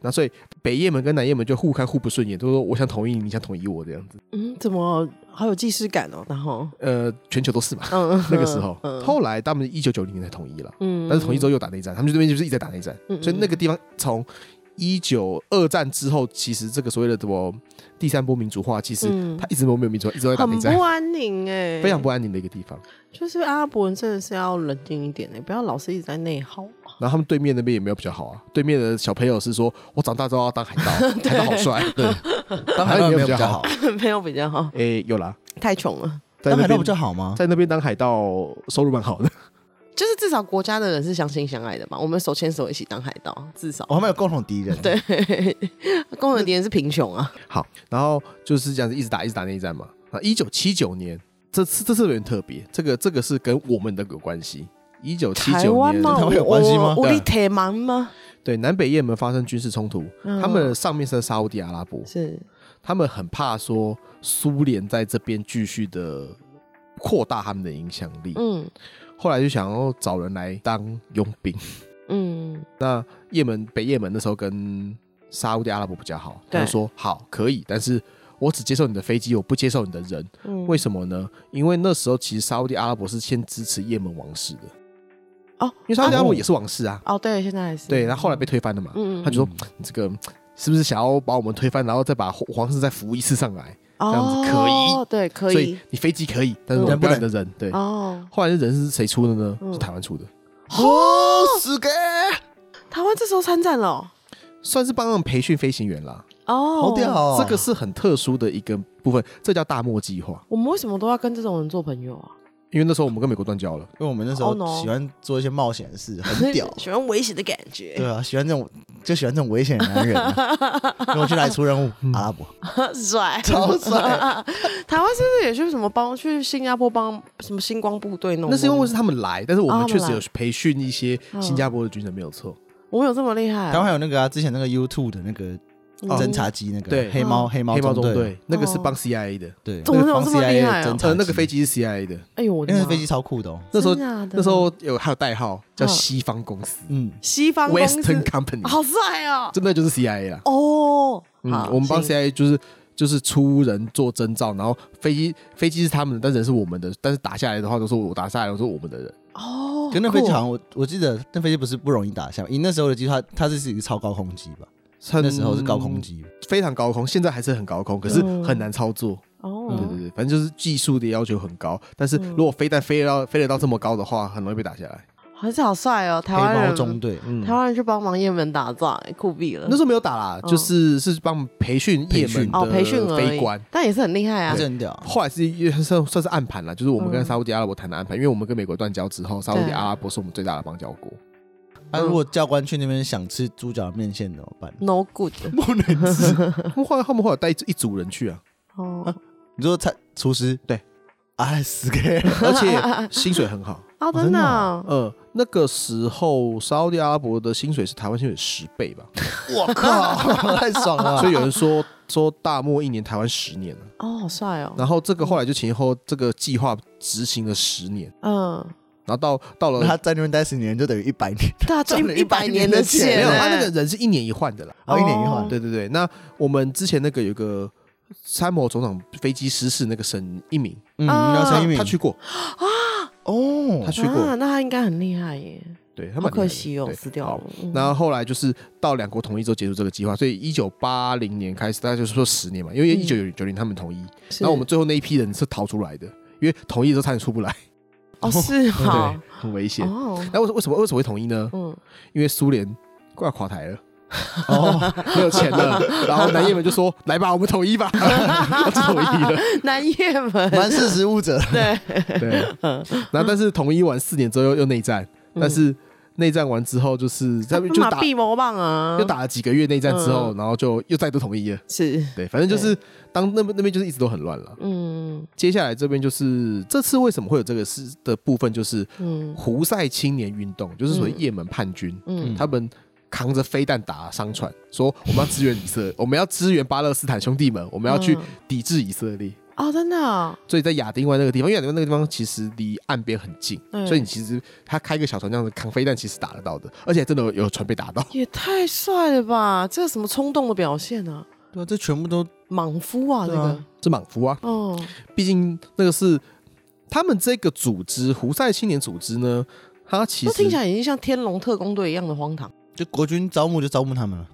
B: 那所以北叶门跟南叶门就互看互不顺眼，都说我想统一你，你想统一我这样子。
C: 嗯，怎么好有既视感哦？然后
B: 呃，全球都是嘛。
C: 嗯，
B: 那个时候，
C: 嗯
B: 后来他们一九九零年才统一了，
C: 嗯，
B: 但是统一之后又打内战，他们这边就是一直在打内战，
C: 嗯
B: 所以那个地方从一九二战之后，其实这个所谓的什么第三波民主化，其实
C: 嗯
B: 它一直都没有民主化，一直都在打内
C: 很
B: 战
C: 不，安宁哎，
B: 非常不安宁的一个地方。
C: 就是阿拉伯人真的是要冷静一点哎，不要老是一直在内耗 啊。
B: 然后他们对面那边也没有比较好啊，对面的小朋友是说我长大之后要当海盗，海盗好帅，对，
C: 嗯
A: 当海盗没有比较好，
C: 没有比较好，
B: 诶，有啦，
C: 太穷了。
B: 在
A: 当
B: 那
A: 海盗
B: 边
A: 比较好吗？
B: 在那边当海盗收入蛮好的，
C: 就是至少国家的人是相亲相爱的嘛，我们手牵手一起当海盗，至少
B: 哦
A: 我哦们有共同敌人，
C: 对， 共同敌人是贫穷啊，
B: 好，然后就是这样子一直打一直打那一战嘛。啊，一九七九年，这次这次有点特别，这个这个是跟我们的有关系。一九七
C: 台
B: 九
C: 湾
B: 年，
C: 吗？
A: 跟他们有
C: 我
A: 关系吗
C: 我
B: 对啊
C: 力铁蛮吗？
B: 对南北也门发生军事冲突，
C: 嗯
B: 他们上面是沙烏地阿拉伯，
C: 是，
B: 他们很怕说苏联在这边继续的扩大他们的影响力，
C: 嗯
B: 后来就想要找人来当佣兵。
C: 嗯
B: 那也门北也门那时候跟沙烏地阿拉伯比较好，
C: 对
B: 他就说好可以，但是我只接受你的飞机，我不接受你的人。
C: 嗯，
B: 为什么呢？因为那时候其实沙烏地阿拉伯是先支持也门王室的，
C: 哦
B: 因为沙烏地阿拉伯也是王室啊。
C: 哦，对，现在还是
B: 对，然后后来被推翻了嘛，
C: 嗯嗯
B: 他就说你这个是不是想要把我们推翻，然后再把皇皇室再扶一次上来？这样子可以
C: 哦，对，可
B: 所以
C: 以
B: 你飞机可以，但是
C: 嗯
B: 我们不要你
A: 人不
B: 的人。对，
C: 哦
B: 后来人是谁出的呢？
C: 嗯
B: 是台湾出的，
A: 哦，死给，
C: 台湾这时候参战了哦
B: 算是帮他们培训飞行员啦。
C: 哦，
A: 好屌！哦！
B: 这个是很特殊的一个部分，这叫大漠计划。
C: 我们为什么都要跟这种人做朋友啊？
B: 因为那时候我们跟美国断交了，
A: 因为我们那时
C: Oh, no.。
A: 候喜欢做一些冒险的事，很屌
C: 喜欢危险的感觉
A: 对，啊，喜欢这种就喜欢这种危险的男人、啊， 跟我去来出任务，阿拉伯
C: 帅。
A: 超帅。
C: 台湾是不是也去什么帮去新加坡帮什么星光部队弄？
B: 那是因为是他们来，但是我
C: 哦
B: 们
C: 他们
B: 确实
C: 来哦
B: 有培训一些新加坡的军人，没有错。
C: 我有这么厉害
A: 台湾还有那个啊，之前那个 YouTube 的那个
C: 嗯
A: 侦察机，那个
B: 对
A: 黑猫黑猫
B: 黑猫
A: 中
B: 中，队那个
C: 哦
B: 是帮 CIA 的，
A: 对，
C: 怎么
A: 那个
C: 有
A: 方
C: 这么
A: CIA
C: 厉害啊
A: 的侦察
B: 呃，那个
A: 机
B: 飞，机是 CIA 的，
C: 哎呦我的
A: 因为
C: 妈！
A: 飞机超酷的哦。
B: 那时候
C: 真的假的
B: 那时候有还有代号叫
C: 嗯
B: 西方公司
A: 嗯，
C: 西方公司
B: Western Company，
C: 好帅哦！
B: 真的 就是 CIA 啦。
C: 哦，
B: 嗯
C: 好，
B: 我们帮
C: 行
B: CIA 就是就是出人做征兆，然后飞机飞机是他们的，但人是我们的，但是打下来的话都是我打下来都是我们的人。
C: 哦，
A: 可那飞机
C: 酷
A: 好像我我记得那飞机不是不容易打下，因为那时候的机它它是一个超高空机吧，
C: 嗯
B: 趁
A: 那时候是高空，机，
B: 非常高空，现在还是很高空，可是
C: 嗯
B: 很难操作。对对
C: 哦，
B: 对，反正就是技术的要求很高，但是
C: 嗯
B: 如果飞弹飞得到飞得到这么高的话，很容易被打下来。
C: 还是好帅哦！
A: 黑
C: 台湾
A: 猫中
C: 人，
A: 队，嗯，
C: 台湾人去帮忙也门打仗，哎酷毙了。
B: 那时候没有打啦，
C: 嗯
B: 就是是帮我们培训
A: 培
B: 也
A: 训
B: 门
C: 哦，培训
B: 的
C: 而
B: 飞
C: 已
B: 官。，
C: 但也是很厉害啊
A: 还是。很屌。
B: 后来是也算算是暗盘了，就是我们跟
C: 嗯
B: 沙烏地阿拉伯谈的暗盘，因为我们跟美国断交之后，沙烏地
C: 对
B: 阿拉伯是我们最大的邦交国。
A: 那啊如果教官去那边想吃猪脚面线怎么办？
C: No good
A: 不能吃。
C: 嗯
B: 他们后来他们后来带一一组人去啊，
C: 哦，
A: 你说菜厨师
B: 对，
A: 啊死给，
B: 而且薪水很好。
C: 啊，
A: 真
C: 真
A: 的
C: 的
A: 啊
C: 啊，
B: 呃，那个时候沙烏地阿拉伯的薪水是台湾薪水十倍 吧，
A: 我靠， 太爽了！
B: 所以有人说说大漠一年台湾十年了。啊
C: 哦，好帅哦，
B: 然后这个后来就前后这个计划执行了十年，
C: 嗯，
B: 然后到到了
A: 那他在那边待十年就等于一百年，
C: 对啊，
A: 赚了
C: 赚一
A: 100
C: 百年
A: 年的钱
B: 没
C: 钱
B: 有
C: 欸，
B: 他那个人是一年一换的啦。
A: 然后一年一换
C: 哦。
B: 对对对，那我们之前那个有个参谋总长飞机失事那个沈一鸣，
A: 嗯，
C: 啊
A: 然后陈一鸣
B: 他去过，
A: 哦
B: 他，去过，
C: 啊，那他应该很厉害耶，
B: 对他
C: 好
B: 蛮
C: 可
B: 厉害的
C: 惜哦，
B: 对
C: 死掉
B: 好
C: 了。嗯
B: 然后后来就是到两国统一之后结束这个计划，所以一九八零年开始，大概就是说十年嘛，因为一
C: 嗯
B: 九九零他们统一，
C: 是
B: 然后我们最后那一批人是逃出来的，因为统一之后差点出不来，
C: 哦是 好
B: 对，很危险。
C: 哦，
B: 那为什为什么为什么会统一呢？
C: 嗯，
B: 因为苏联快要垮台了。
A: 哦，
B: 没有钱了，然后南叶们就说：“来吧，我们统一吧，统一了。”
C: 南叶门，
A: 蛮识时务者。
C: 对，
B: 对，然后但是统一完四年之后又又内战，但是内战完之后就是他们就
C: 马
B: 打
C: 必谋棒啊，
B: 又打了几个月内战之后，然后就又再度统一了。
C: 是，
B: 对，反正就是当那边那边就是一直都很乱了。
C: 嗯
B: 接下来这边就是这次为什么会有这个事的部分，就是
C: 嗯
B: 胡塞青年运动，就是所谓
C: 嗯
B: 也门叛军，
C: 嗯
B: 他们。扛着飞弹打商船，说我们要支援以色，我们要支援巴勒斯坦兄弟们，我们要去
C: 嗯
B: 抵制以色列。
C: 哦，真的哦，
B: 所以在亚丁湾那个地方，因为亚丁湾那个地方其实离岸边很近，
C: 嗯
B: 所以你其实他开个小船这样子扛飞弹，其实打得到的，而且真的有有船被打到。
C: 也太帅了吧！这什么冲动的表现啊，
A: 对啊，这全部都
C: 莽夫啊，这
A: 对
C: 个
A: 啊，
B: 这莽夫啊，
C: 哦，
B: 毕竟那个是他们这个组织胡塞青年组织呢，它其
C: 这
B: 实
C: 听起来已经像天龙特工队一样的荒唐。
A: 就国军招募就招募他们了，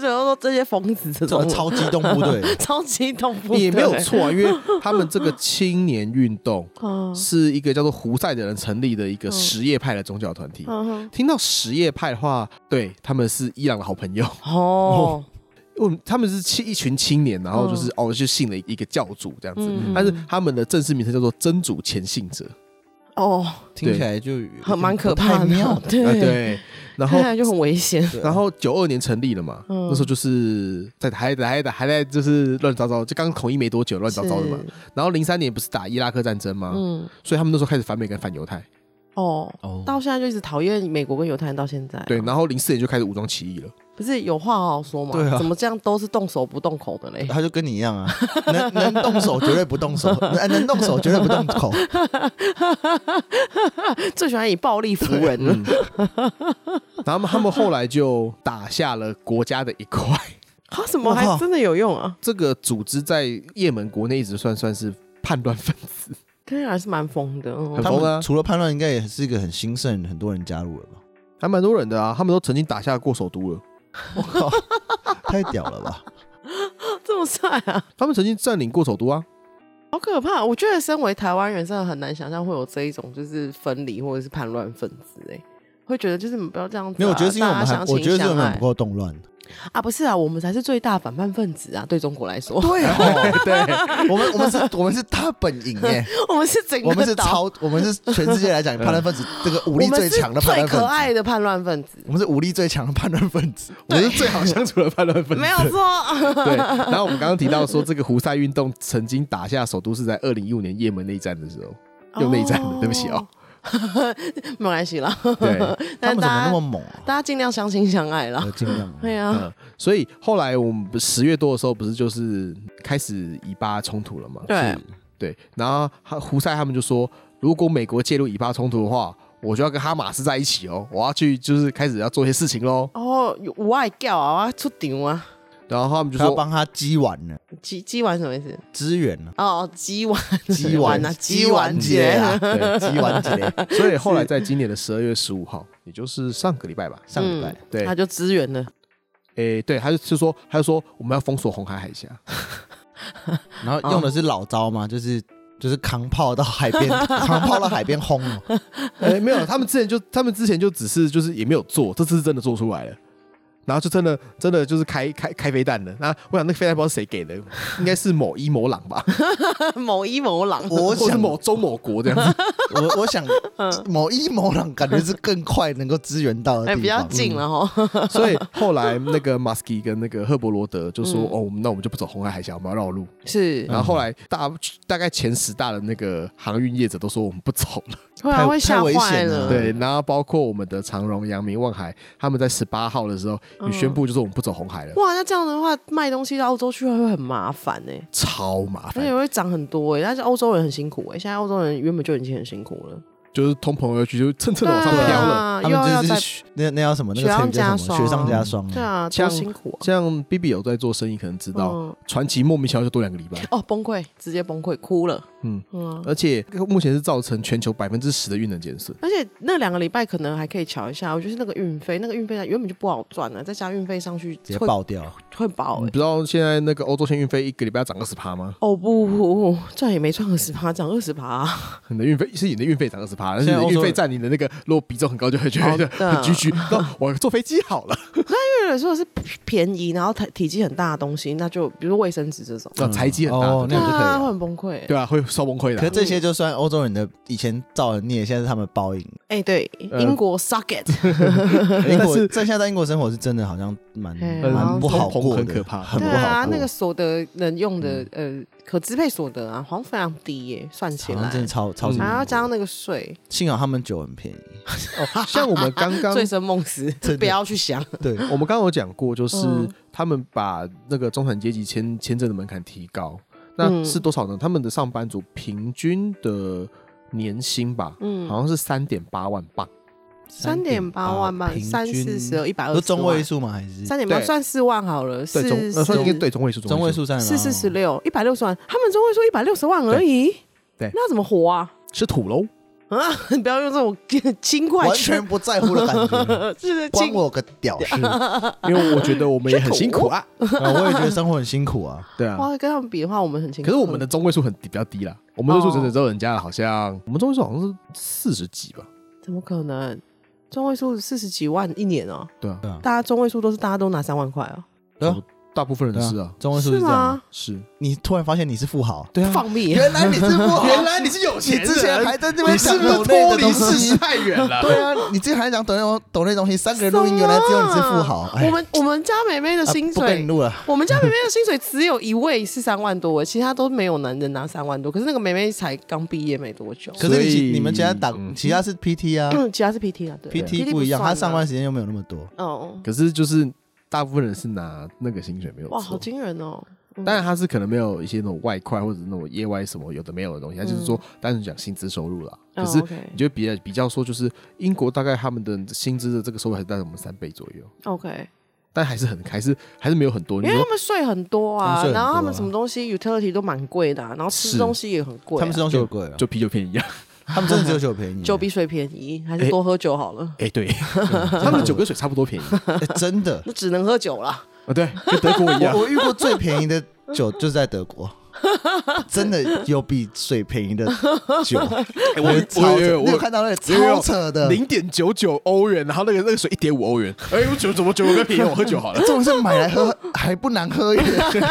C: 然后说这些疯子
A: 这
C: 这
A: 种
C: 种
A: 超机动部队，
C: 超级动不
B: 也没有错、啊，因为他们这个青年运动
C: 嗯
B: 是一个叫做胡塞的人成立的一个什叶派的宗教团体。
C: 嗯
B: 听到什叶派的话，对他们是伊朗的好朋友。
C: 哦，
B: 我们他们是青一群青年，然后就是、哦，就信了一个教主这样子，
C: 嗯
B: 但是他们的正式名称叫做真主前信者
C: 哦，
A: 听起来就
C: 很蛮可
A: 太
C: 怕的，
A: 妙了。
B: 啊，
C: 对，
B: 对。然后
C: 看起，来就很危险。
A: 对啊
B: 然后九二年成立了嘛，
C: 嗯
B: 那时候就是在还还还还在就是乱糟糟，就刚统一没多久，乱糟糟的嘛。啊
C: 是
B: 然后零三年不是打伊拉克战争吗？
C: 嗯，
B: 所以他们那时候开始反美跟反犹太，
C: 哦，
A: 哦
C: 到现在就一直讨厌美国跟犹太人，到现在
B: 对。然后零四年就开始武装起 义了，
C: 不是有话好好说嘛？
A: 对啊
C: 怎么这样都是动手不动口的嘞？
A: 他就跟你一样啊，能能动手绝对不动手， 能能动手绝对不动口。
C: 最喜欢以暴力服人了。
B: 嗯。然后他们后来就打下了国家的一块。
C: 啊，什么
A: 我靠
C: 还真的有用啊？
B: 这个组织在也门国内一直算算是叛乱分子，
C: 看
A: 啊
C: 起来是蛮疯的。嗯
B: 很
A: 他
B: 疯啊
A: 们除了叛乱，应该也是一个很兴盛，很多人加入 了吧？
B: 还蛮多人的啊，他们都曾经打下过首都了，
A: 我靠，太屌了吧！
C: 这么帅啊，
B: 他们曾经占领过首都啊，
C: 好可怕！我觉得身为台湾人，真的很难想象会有这一种就是分离或者是叛乱分子哎、会觉得就是你不要这样子啊、
A: 没有，我觉得是因为我
C: 大
A: 们
C: 家
A: 还，
C: 相亲
A: 我觉得是因为我
C: 相
A: 们
C: 爱
A: 不够动乱。
C: 啊，不是啊，我们才是最大反叛分子啊！对中国来说，
A: 对哦，对，我们我们是我们是大本营 耶，
C: 我们是整个
A: 我们是
C: 岛，
A: 超，我们是全世界来讲叛乱分子这个武力
C: 嗯我们
A: 最
C: 是
A: 强的叛
C: 最
A: 乱分
C: 可
A: 子，
C: 爱的叛乱分子，
A: 我们是武力最强的叛乱分子，
B: 我是最好相处的叛乱分子。
C: 没有 错。
B: 对，然后我们刚刚提到说，这个胡塞运动曾经打下首都是在二零一五年也门内战的时候，又内战了，对不起哦。
C: 没关系啦，
B: 对，
A: 他
C: 但
A: 们
C: 大
A: 怎么那么
C: 家
A: 猛啊？
C: 大家尽量相亲相爱啦
A: 呃。尽 量
C: 对啊，
B: 嗯，所以后来我们十月多的时候，不是就是开始以巴冲突了吗？
C: 对，
B: 对，然后他胡塞他们就说，如果美国介入以巴冲突的话，我就要跟哈马斯在一起哦，我要去就是开始要做一些事情喽。
C: 哦，有有爱叫啊，我要出场啊，
B: 然后他们就
A: 他要
B: 说，
A: 帮他击完了，
C: 鸡鸡丸什么意思？
A: 支援了，
C: 哦，鸡丸，
A: 击完
C: 啊，鸡
A: 击
C: 丸
A: 完
C: 节
A: 节啊，
B: 嗯 对，
A: 击完节，
B: 所以后来在今年的十二月十五号，也就是上个礼拜吧，
A: 上礼拜
C: 嗯
B: 对
C: 他就支援了。
B: 诶，对，他就就说，他就说我们要封锁红海海峡，
A: 然后用的是老招嘛，就是就是扛炮到海 边，扛炮到海边轰啊了，
B: 诶，哎没有，他们之前就他们之前就只是就是也没有做，这次是真的做出来了。然后就真的真的就是开开开飞弹了。那我想那个飞弹不知道是谁给的，应该是某一某朗吧，
C: 某一某朗，
A: 我
B: 或是
A: 想
B: 某中某国这样子。
A: 我我 想某一某朗感觉是更快能够支援到的地
C: 嗯哎，
A: 方，嗯
C: 比较近了哦哈。
B: 所以后来那个马斯基跟那个赫伯罗德就说：“
A: 嗯
B: 哦，我们那我们就不走红海海峡，我们要绕路。”
C: 是
B: 然，后后来大大概前十大的那个航运业者都说我们不走了。
C: 突然
A: 太
C: 会吓
A: 太危
C: 坏
A: 险
C: 了。
A: 了
B: 对，然后包括我们的长荣、阳明、望海，他们在十八号的时候
A: 嗯
B: 也宣布，就是我们不走红海了，
C: 哇，那这样的话，卖东西到欧洲去会很麻烦哎、
B: 超麻
C: 而
B: 烦
C: 且，会涨很多哎、但是欧洲人很辛苦哎、现在欧洲人原本就已经很辛苦了，
A: 啊
B: 就是通膨而去，就蹭蹭的往上
A: 对
B: 飘
A: 啊
B: 了。
C: 啊
A: 他
C: 又要
A: 们就
C: 再
A: 是雪那那叫什么？那个成语叫什么？
C: 雪
A: 雪
C: 上
A: 上
C: 加
A: 加霜。
C: 对啊，多
B: 像
C: 辛苦啊！
B: 像 B B 有在做生意，可能知道、
C: 嗯
B: 传奇莫名其妙就多两个礼拜，
C: 哦，崩溃，直接崩溃，哭了。
B: 嗯
C: 嗯嗯啊，
B: 而且目前是造成全球百分之十的运能减损。
C: 而且那两个礼拜可能还可以瞧一下，我就是那个运费，那个运费原本就不好赚啊了、再加运费上去
A: 直接
C: 会
A: 爆掉，
C: 会爆哎、
B: 你知道现在那个欧洲线运费一个礼拜要涨二十趴吗？
C: 哦不，赚也没赚二十趴，涨二十趴啊，
B: 你的运费是你的运费涨二十趴，但是
A: 现在
B: 你的
A: 欧洲
B: 运费占你的那个如果比重很高，就会觉
C: 好
B: 得
C: 的
B: 很局局。那我坐飞机好了，
C: 对了，说的是便宜，然后体体积很大的东西，那就比如说卫生纸这种，
B: 那财机很大
A: 哦
B: 对
A: 那样就可以
C: 啊，
A: 了
C: 会很崩溃。
B: 对啊，会烧崩溃的
A: 可。这些就算欧洲人的以前造的孽，现在是他们 报应。
C: 哎、对，
B: 呃
C: 英国 socket，
A: 英
B: 但
A: 国
B: 是
A: 在现在在英国生活是真的好像蛮
C: 嗯
A: 蛮不好
B: 通膨
A: 过的，
B: 很可怕
A: 很不
C: 对
A: 好过。
C: 啊，那个所得能用的、呃可支配所得啊，好像非常低耶、算起
A: 好像
C: 来嗯
A: 真，的超超级
C: 还
A: 难
C: 要
A: 过。
C: 加上那个税，
A: 幸好他们酒很便宜，
B: 哦像我们刚 刚
C: 醉生梦死
A: 真，的
C: 不要去想。
A: 对，
B: 我们刚刚有讲过，就是
C: 嗯
B: 他们把那个中产阶级签签证的门槛提高，那
C: 嗯
B: 是多少呢？他们的上班族平均的年薪吧，
C: 嗯，
B: 好像是三点八万磅，
C: 三点八万吧，
A: 平均
C: 三四十二，一百二
A: 都
C: 十，
A: 中位，数吗？还是
C: 三点八
B: 对
C: 算四万好了，
B: 对中
C: 四
B: 呃算应该
C: 十
B: 对中位数，
A: 中位数三
C: 四四十六，一百六十万，他们中位数一百六十万而
B: 对
C: 已，
B: 对
C: 那怎么活啊？
B: 是土喽。
C: 啊，你不要用这种 轻快
A: 完
C: 去，
A: 全不在乎的感觉，
C: 是
A: 关
C: 轻
A: 我个屌事！
B: 因为我觉得我们也很 辛苦啊，
A: 啊我也觉得生活很辛苦啊。
B: 对啊。
C: 哇，跟他们比的话，我们很轻。
B: 可是我们的中位数很低比较低啦，我们的中位数整整只有人家的好像，我们中位数好像是四十几吧，
C: 怎么可能？中位数四十几万一年哦、
B: 对啊，
A: 对啊
C: 大家中位数都是大家都拿三万块哦、
A: 对啊
B: 我大部分人
A: 对
B: 是啊，
A: 中位数 是这样
C: 吗。？
B: 是，
A: 你突然发现你是富豪，
B: 对啊，
C: 放屁！
A: 原来你是富豪，
B: 原来你是有
A: 你
B: 钱人，
A: 之前还在那
B: 你
A: 边
B: 是
A: 想
B: 不是
A: 抖内
B: 脱
A: 的
B: 离
A: 东
B: 事
A: 西
B: 实，太远 了？
A: 对啊，你之前还讲抖那抖那东西， 三个人录音，原来只有你是富豪。哎
C: 我们我们家美妹的
A: 啊
C: 薪
A: 不跟你
C: 水，
A: 录了，
C: 我们家美妹的薪水只有一位是三万多，其他都没有男人拿三万多。可是那个美妹才刚毕业没多久，
A: 可是你
B: 所以
A: 其你们其他打
B: 嗯
A: 其他是 PT 啊
C: 嗯，其他是 PT 啊，对
A: ，PT 不一样，
C: 算啊
A: 他上班时间又没有那么多。
C: 哦，
B: 可是就是大部分人是拿那个薪水没有
C: 哇，好
B: 错，
C: 惊人哦！嗯
B: 当然他是可能没有一些那种外快或者那种业外什么有的没有的东西，他就是说单纯讲薪资收入啦。可
C: 嗯哦
B: 是
C: OK
B: 你就比较比较说，就是英国大概他们的薪资的这个收入还是在我们三倍左右，
C: OK，
B: 但还是很还是还是没有很多。你
C: 因为他
B: 说
C: 们税很多
A: 他们
C: 啊，
A: 税很多啊
C: 然后他们什么东西 utility 都蛮贵的啊、然后吃
B: 是
C: 东西也很贵啊、
A: 他们吃东西很贵啊，
B: 就啤酒便宜啊？
A: 他们真的只有酒便宜，
C: 酒比水便宜，还
B: 哎
C: 是多喝酒好了。
B: 哎， 对，他们的酒跟水差不多 便宜啊，
A: 哎真 的。
C: 那只能喝酒啦。
B: 对，跟德国一样
A: 我。我遇过最便宜的酒就是在德国，
D: 真的有比水便宜的 酒，
B: 哎
D: 我
B: 我
D: 超
B: 我
D: 扯
B: 有
D: 你有
B: 我
D: 看到那个
B: 有有
D: 超扯的，，
B: 零点九九欧元，然后那个那个水一点五欧元，哎，我酒怎么酒个便宜？我喝酒好了
D: 这种是买来喝 还不难喝耶，
B: 对，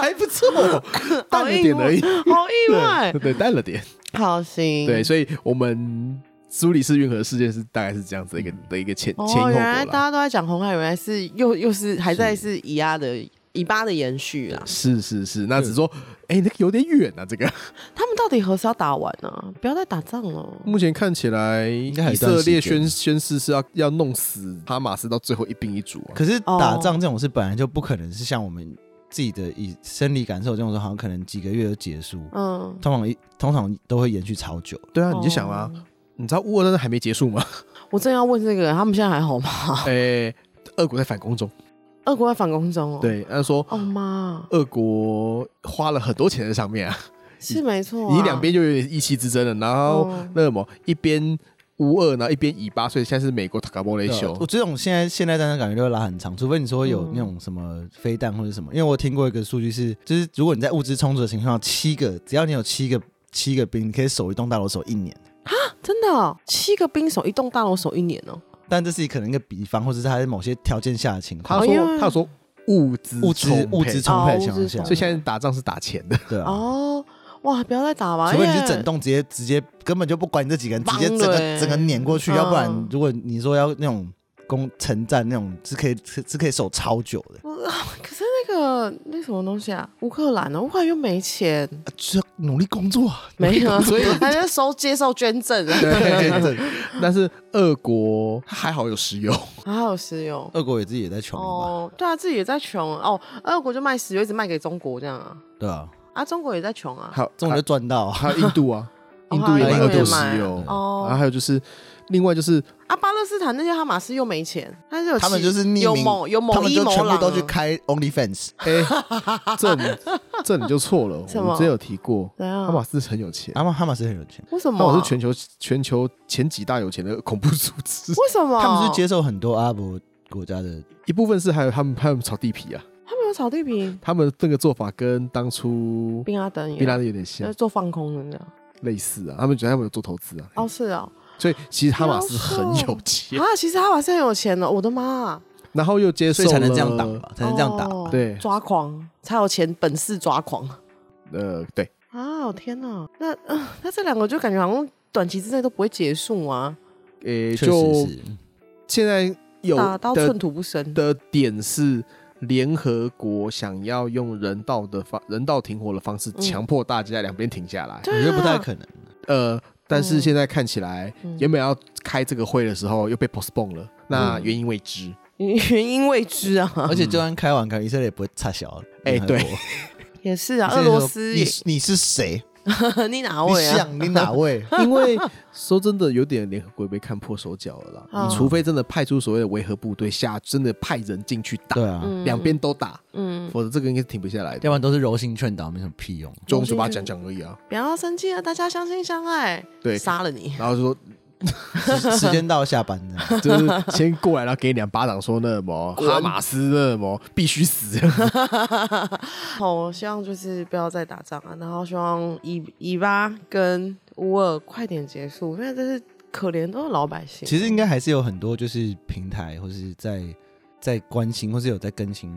B: 还不错， 淡了点而已，
C: 好意外
B: 对，对，淡了点，
C: 好行，
B: 对，所以我们苏黎世运河事件是大概是这样子的一个的一个前前因
C: 哦，
B: 后
C: 原来
B: 果
C: 大
B: 啦，
C: 家都在讲红海，原来是又又是还在是以阿的以巴的延续啊啦。
B: 是是是，那只是说，哎，那个有点远啊，这个
C: 他们到底何时要打完呢、啊？不要再打仗了。
B: 目前看起来，以
A: 该还有一段
B: 色
A: 时
B: 列
A: 间
B: 宣宣誓是要要弄死哈马斯到最后一兵一卒啊，
A: 可是
C: 哦
A: 打仗这种事本来就不可能是像我们自己的以生理感受这种时候，好像可能几个月就结束，
C: 嗯，
A: 通常一通常都会延续超久。
B: 对啊，你就想啊，
C: 哦，
B: 你知道乌俄战争还没结束吗？
C: 我正要问这个，他们现在还好吗？
B: 哎，俄国在反攻中，
C: 俄国在反攻中哦。，
B: 对，他说
C: 哦妈，
B: 俄国花了很多钱在上面啊，
C: 是没错、啊。
B: 你两边就有点意气之争了。然后
C: 哦
B: 那什么，一边乌俄，然后一边以巴，所以现在是美国塔卡波雷修
A: 啊我。这种现在现代战争感觉都会拉很长，除非你说有
C: 嗯
A: 那种什么飞弹或者什么。因为我听过一个数据是，就是如果你在物资充足的情况下，七个只要你有七个七个兵，你可以守一栋大楼守一年。
C: 真的哦、七个兵守一栋大楼守一年哦。
A: 但这是可能一个比方，或者是它在某些条件下的情
B: 他
A: 况
C: 哦，因
B: 说
C: 为
B: 他说物资
A: 物资
B: 充沛
A: 物资嗯充沛
C: 哦
A: 的情
C: 物资
A: 况下
C: 充，
B: 所以现在打仗是打钱的，
A: 对啊，
C: 哦，哇，不要再打吧，
A: 除非你是
C: 因为
A: 整栋直接直接根本就不管你这几个人，直
C: 帮
A: 接整个
C: 了欸
A: 整个碾过去，
C: 嗯
A: 要不然如果你说要那种攻城战那种，是可以是是可以守超久的，
C: 可是那个那什么东西啊，乌克兰呢、乌克兰又没钱，
A: 啊就要努力工作啊。
C: 没 有，
B: 所 以
C: 还在收接受捐赠啊，
B: 对，但是俄国还好有石油，
C: 还好石油。
A: 俄国也自己也在穷了吧？
C: 哦，对啊，自己也在穷哦。俄国就卖石油，一直卖给中国这样啊。
A: 对啊，
C: 啊，中国也在穷 啊。
B: 还有
A: 这种就赚到啊。
B: 还有印度啊，
C: 哦
B: 印度也
A: 还有
B: 买俄
A: 印度
B: 国
A: 也
C: 买
B: 石油，
C: 哦
B: 然后还有就是另外就是
C: 啊，巴勒斯坦那些哈马斯又没钱，他是 有
A: 他们
C: 其
A: 就是匿名
C: 有某有
A: 他
C: 某
A: 们
C: 一
A: 就
C: 某
A: 全部
C: 狼
A: 都去
C: 啊。
A: 开 OnlyFans，
B: 哎， 这你这你就错了，
C: 什
B: 我
C: 么嗯
B: 们之前有提过，
C: 怎样
B: 哈马斯很有钱。
A: 阿曼哈马斯很有钱，
C: 啊为什么
B: 那
C: 啊？
B: 我是全球全球前几大有钱的恐怖组织，
C: 为什么？啊
A: 他们是接受很多阿拉伯国家的，
B: 一部分是还有他们还有炒地皮啊，
C: 他们有炒地皮，
B: 他们这个做法跟当初
C: 宾拉登也
B: 宾拉登有点像
C: 就，做放空的那样。
B: 类似啊，他们觉得他们有做投资啊，
C: 哦，是哦。
B: 所以其实哈马斯很有钱，
C: 啊，其实哈马斯很有钱的，我的妈啊！
B: 然后又接
A: 所
B: 受
A: 以
B: 了
A: 才能这样打吧，才能这样打吧。
C: 哦
B: 对
C: 抓狂才有钱，本事抓狂
B: 呃，对，
C: 啊！我天哪，那、呃、那这两个就感觉好像短期之内都不会结束啊，
B: 诶，
A: 确实，
B: 就是现在有
C: 打到寸
B: 的
C: 土不生。
B: 的点是。联合国想要用人道的方、人道停火的方式，
C: 嗯
B: 强迫大家两边停下来。
C: 对
A: 我
C: 啊
A: 觉得不太 可能。
B: 呃，但
C: 嗯
B: 是现在看起来，
C: 嗯
B: 原本要开这个会的时候又被 postpone 了，那
C: 嗯
B: 原因未知。
C: 原 因未知啊，
A: 而且就算开完，可能以色列也不会差小。
B: 哎对
A: 联合国，
C: 也是啊，
A: 以色
C: 俄
A: 列说
C: 罗斯也
A: 你你是谁？
C: 你哪
A: 你
C: 位啊？
A: 想你哪位？
B: 因为说真的，有点联合国被看破手脚了啦。
C: 嗯
B: 你除非真的派出所谓的维和部队下，真的派人进去 打，
A: 对啊，
C: 嗯
B: 两边都打，
C: 嗯，
B: 否则这个应该是停不下来的。
A: 要不然都是柔性劝导，没什么屁 用。
B: 就我们嘴巴讲讲而已啊。
C: 不要生气啊，大家相亲相爱，
B: 对，
C: 杀了你，
B: 然后就说
A: 时时间到下班的，
B: 就是先过来，然后给你两巴掌，说那什 么
C: 滚
B: 哈马斯那什么必须死。
C: 好，我希望就是不要再打仗啊，然后希望以以巴跟乌尔快点结束，因为这是可怜都是老百姓。
A: 其实应该还是有很多就是平台或是在在关心，或是有在更新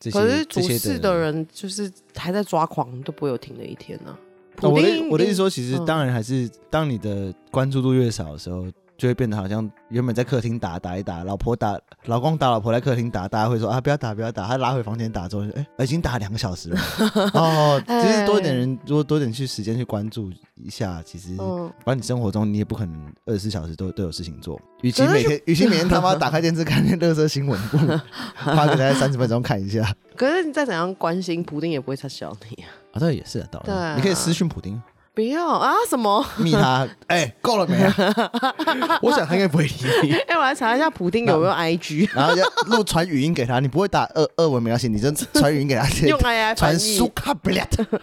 A: 这些
C: 可是
A: 这
C: 主
A: 些
C: 事的。人就是还在抓狂，都不会有停的一天呢、
A: 那
C: 普
A: 哦我
C: 丁
A: 的我的意思
C: 已
A: 说，其实
C: 嗯
A: 当然还是当你的关注度越少的时候，就会变得好像原本在客厅打打一打，老婆打老公打老婆在客厅打，大家会说啊不要打不要打，他拉回房间打之后，哎、已经打两个小 时了。哦，其实多一点人，如果多一点去时间去关注一下，其实
C: 经嗯，
A: 反正你生活中你也不可能二十四小时都都有事情做，与其
C: 可是
A: 每天与其每天他妈打开电视看那热色新 闻，不如花个大概三十分钟看一下。
C: 可是你再怎样关心，普丁也不会撤销你啊！
A: 啊，这也是啊，当
C: 对啊
A: 然，你可以私讯普丁，
C: 不要啊什么？
A: 密他，哎，够 了没啊？
B: 我想他应该不会理 你。
C: 哎、我来查一下普丁有没 有 IG，
A: 然后要录传语音给他，你不会打二二文没关系，你就传语音给他，
C: 用 AI
A: 传
C: 翻译
A: 苏。卡布列 特，
C: 哎、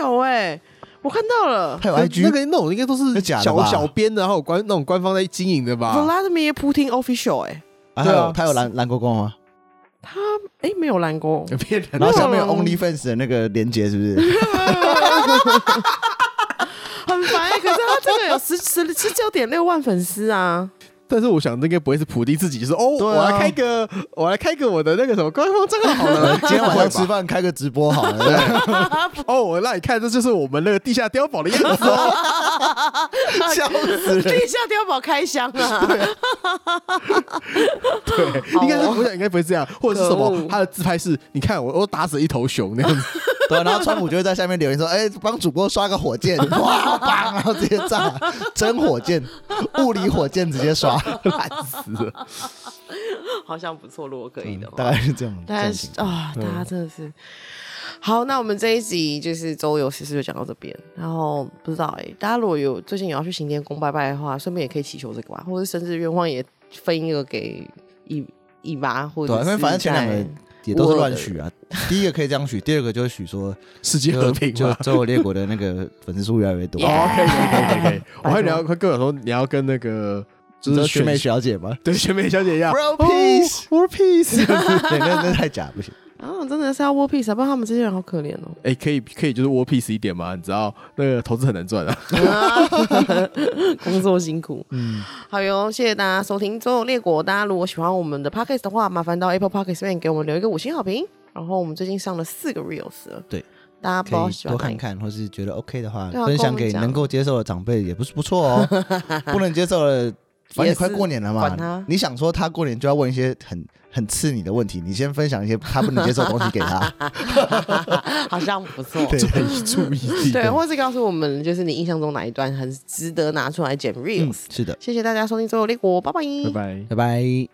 C: 有哎、我看到了
A: 还有
B: 那
A: IG，
B: 个那种应该都是
A: 那假的吧
B: 小小编的，还有官那种官方在经营的吧？
C: ，Vladimir Putin official 哎、
A: 啊还有
B: 对啊
A: 他有蓝蓝国光吗？
C: 哎，没有蓝勾，
B: 骗人
A: 然后下面有
C: 没有
A: OnlyFans 的那个连接，是 不是？
C: 很烦、欸。可是他这个有十十十九点六万粉丝 啊，
B: 但是我想，应该不会是普丁自己，就是哦，
A: 对啊
B: 我来开个，我来开个我的那个什么官方账号好了。
A: 啊今天晚 上吃
B: 吧。
A: 饭开个直播好 了，
B: 哦，我让你看，这就是我们那个地下碉堡的样子哦。
A: 笑死人！
C: 地下碉堡开箱啊，
B: 对，应该是我想，应该不会这样，或者是什
C: 可
B: 么？
C: 恶
B: 他的自拍是，你看我，我打死一头熊那样子。
A: 对，然后川普就会在下面留言说：“哎，帮主播刷个火 箭，哇，好棒！”然后直接炸，真火箭，物理火箭直接 刷，烂死了。
C: 好像不错，如果可以的话。
A: 大概是这样，这
C: 但
A: 样
C: 是
A: 情况
C: 啊，大家真的是好。那我们这一集就是周游其实就讲到这边，然后不知道哎、大家如果有最近有要去行天宫拜拜的话，顺便也可以祈求这个吧，或者甚至愿望也分一个给一一妈，或者
A: 对啊，
C: 是
A: 因为反正前两
C: 在
A: 个也都是
C: 我
A: 乱许啊。第一个可以这样许，第二个就是许说
B: 世界和平
A: 就
B: 嘛
A: 就周游列国的那个粉丝数越来越多。
B: 哦，可以可以可以可以可以。
C: 拜 托
B: 我还聊，快跟我说你要跟那个就
A: 你知道
B: 是
A: 学
B: 选
A: 妹小姐吗？
B: 对选美小姐一样
A: Bro,
B: 哦
A: peace
B: world peace。
A: 对，那那太假，不 行。
C: 啊，真的是要 war peace，啊不然他们这些人好可怜哦。
B: 哎，可以可以，就是 world peace 一点吗？你知道那个投资很难赚啊。
C: 工作辛苦。嗯，好哟，谢谢大家收听《周游列国》。大家如果喜欢我们的 podcast 的话，麻烦到 Apple Podcast 上面给我们留一个五星好评。然后我们最近上了四个 reels，了
A: 对，
C: 大家不知
A: 可
C: 道
A: 以
C: 喜欢
A: 多
C: 哪一
A: 看
C: 个。
A: 看，或是觉得 OK 的话，
C: 对啊
A: 分
C: 跟我
A: 享
C: 们
A: 给
C: 讲
A: 能够接受的长辈也不是不错 哦。不能接受的，反正
C: 也
A: 也
C: 是
A: 快过年了
C: 管他
A: 嘛，你想说他过年就要问一些很很刺你的问题，你先分享一些他不能接受的东西给 他。
C: 好像 不错。
B: 注意力。
C: 对，或是告诉我们，就是你印象中哪一段很值得拿出来剪
A: 嗯
C: reels。，
A: 是的，
C: 谢谢大家收听《周游列国》，拜拜
B: 拜
A: 拜
B: 拜。
A: 拜。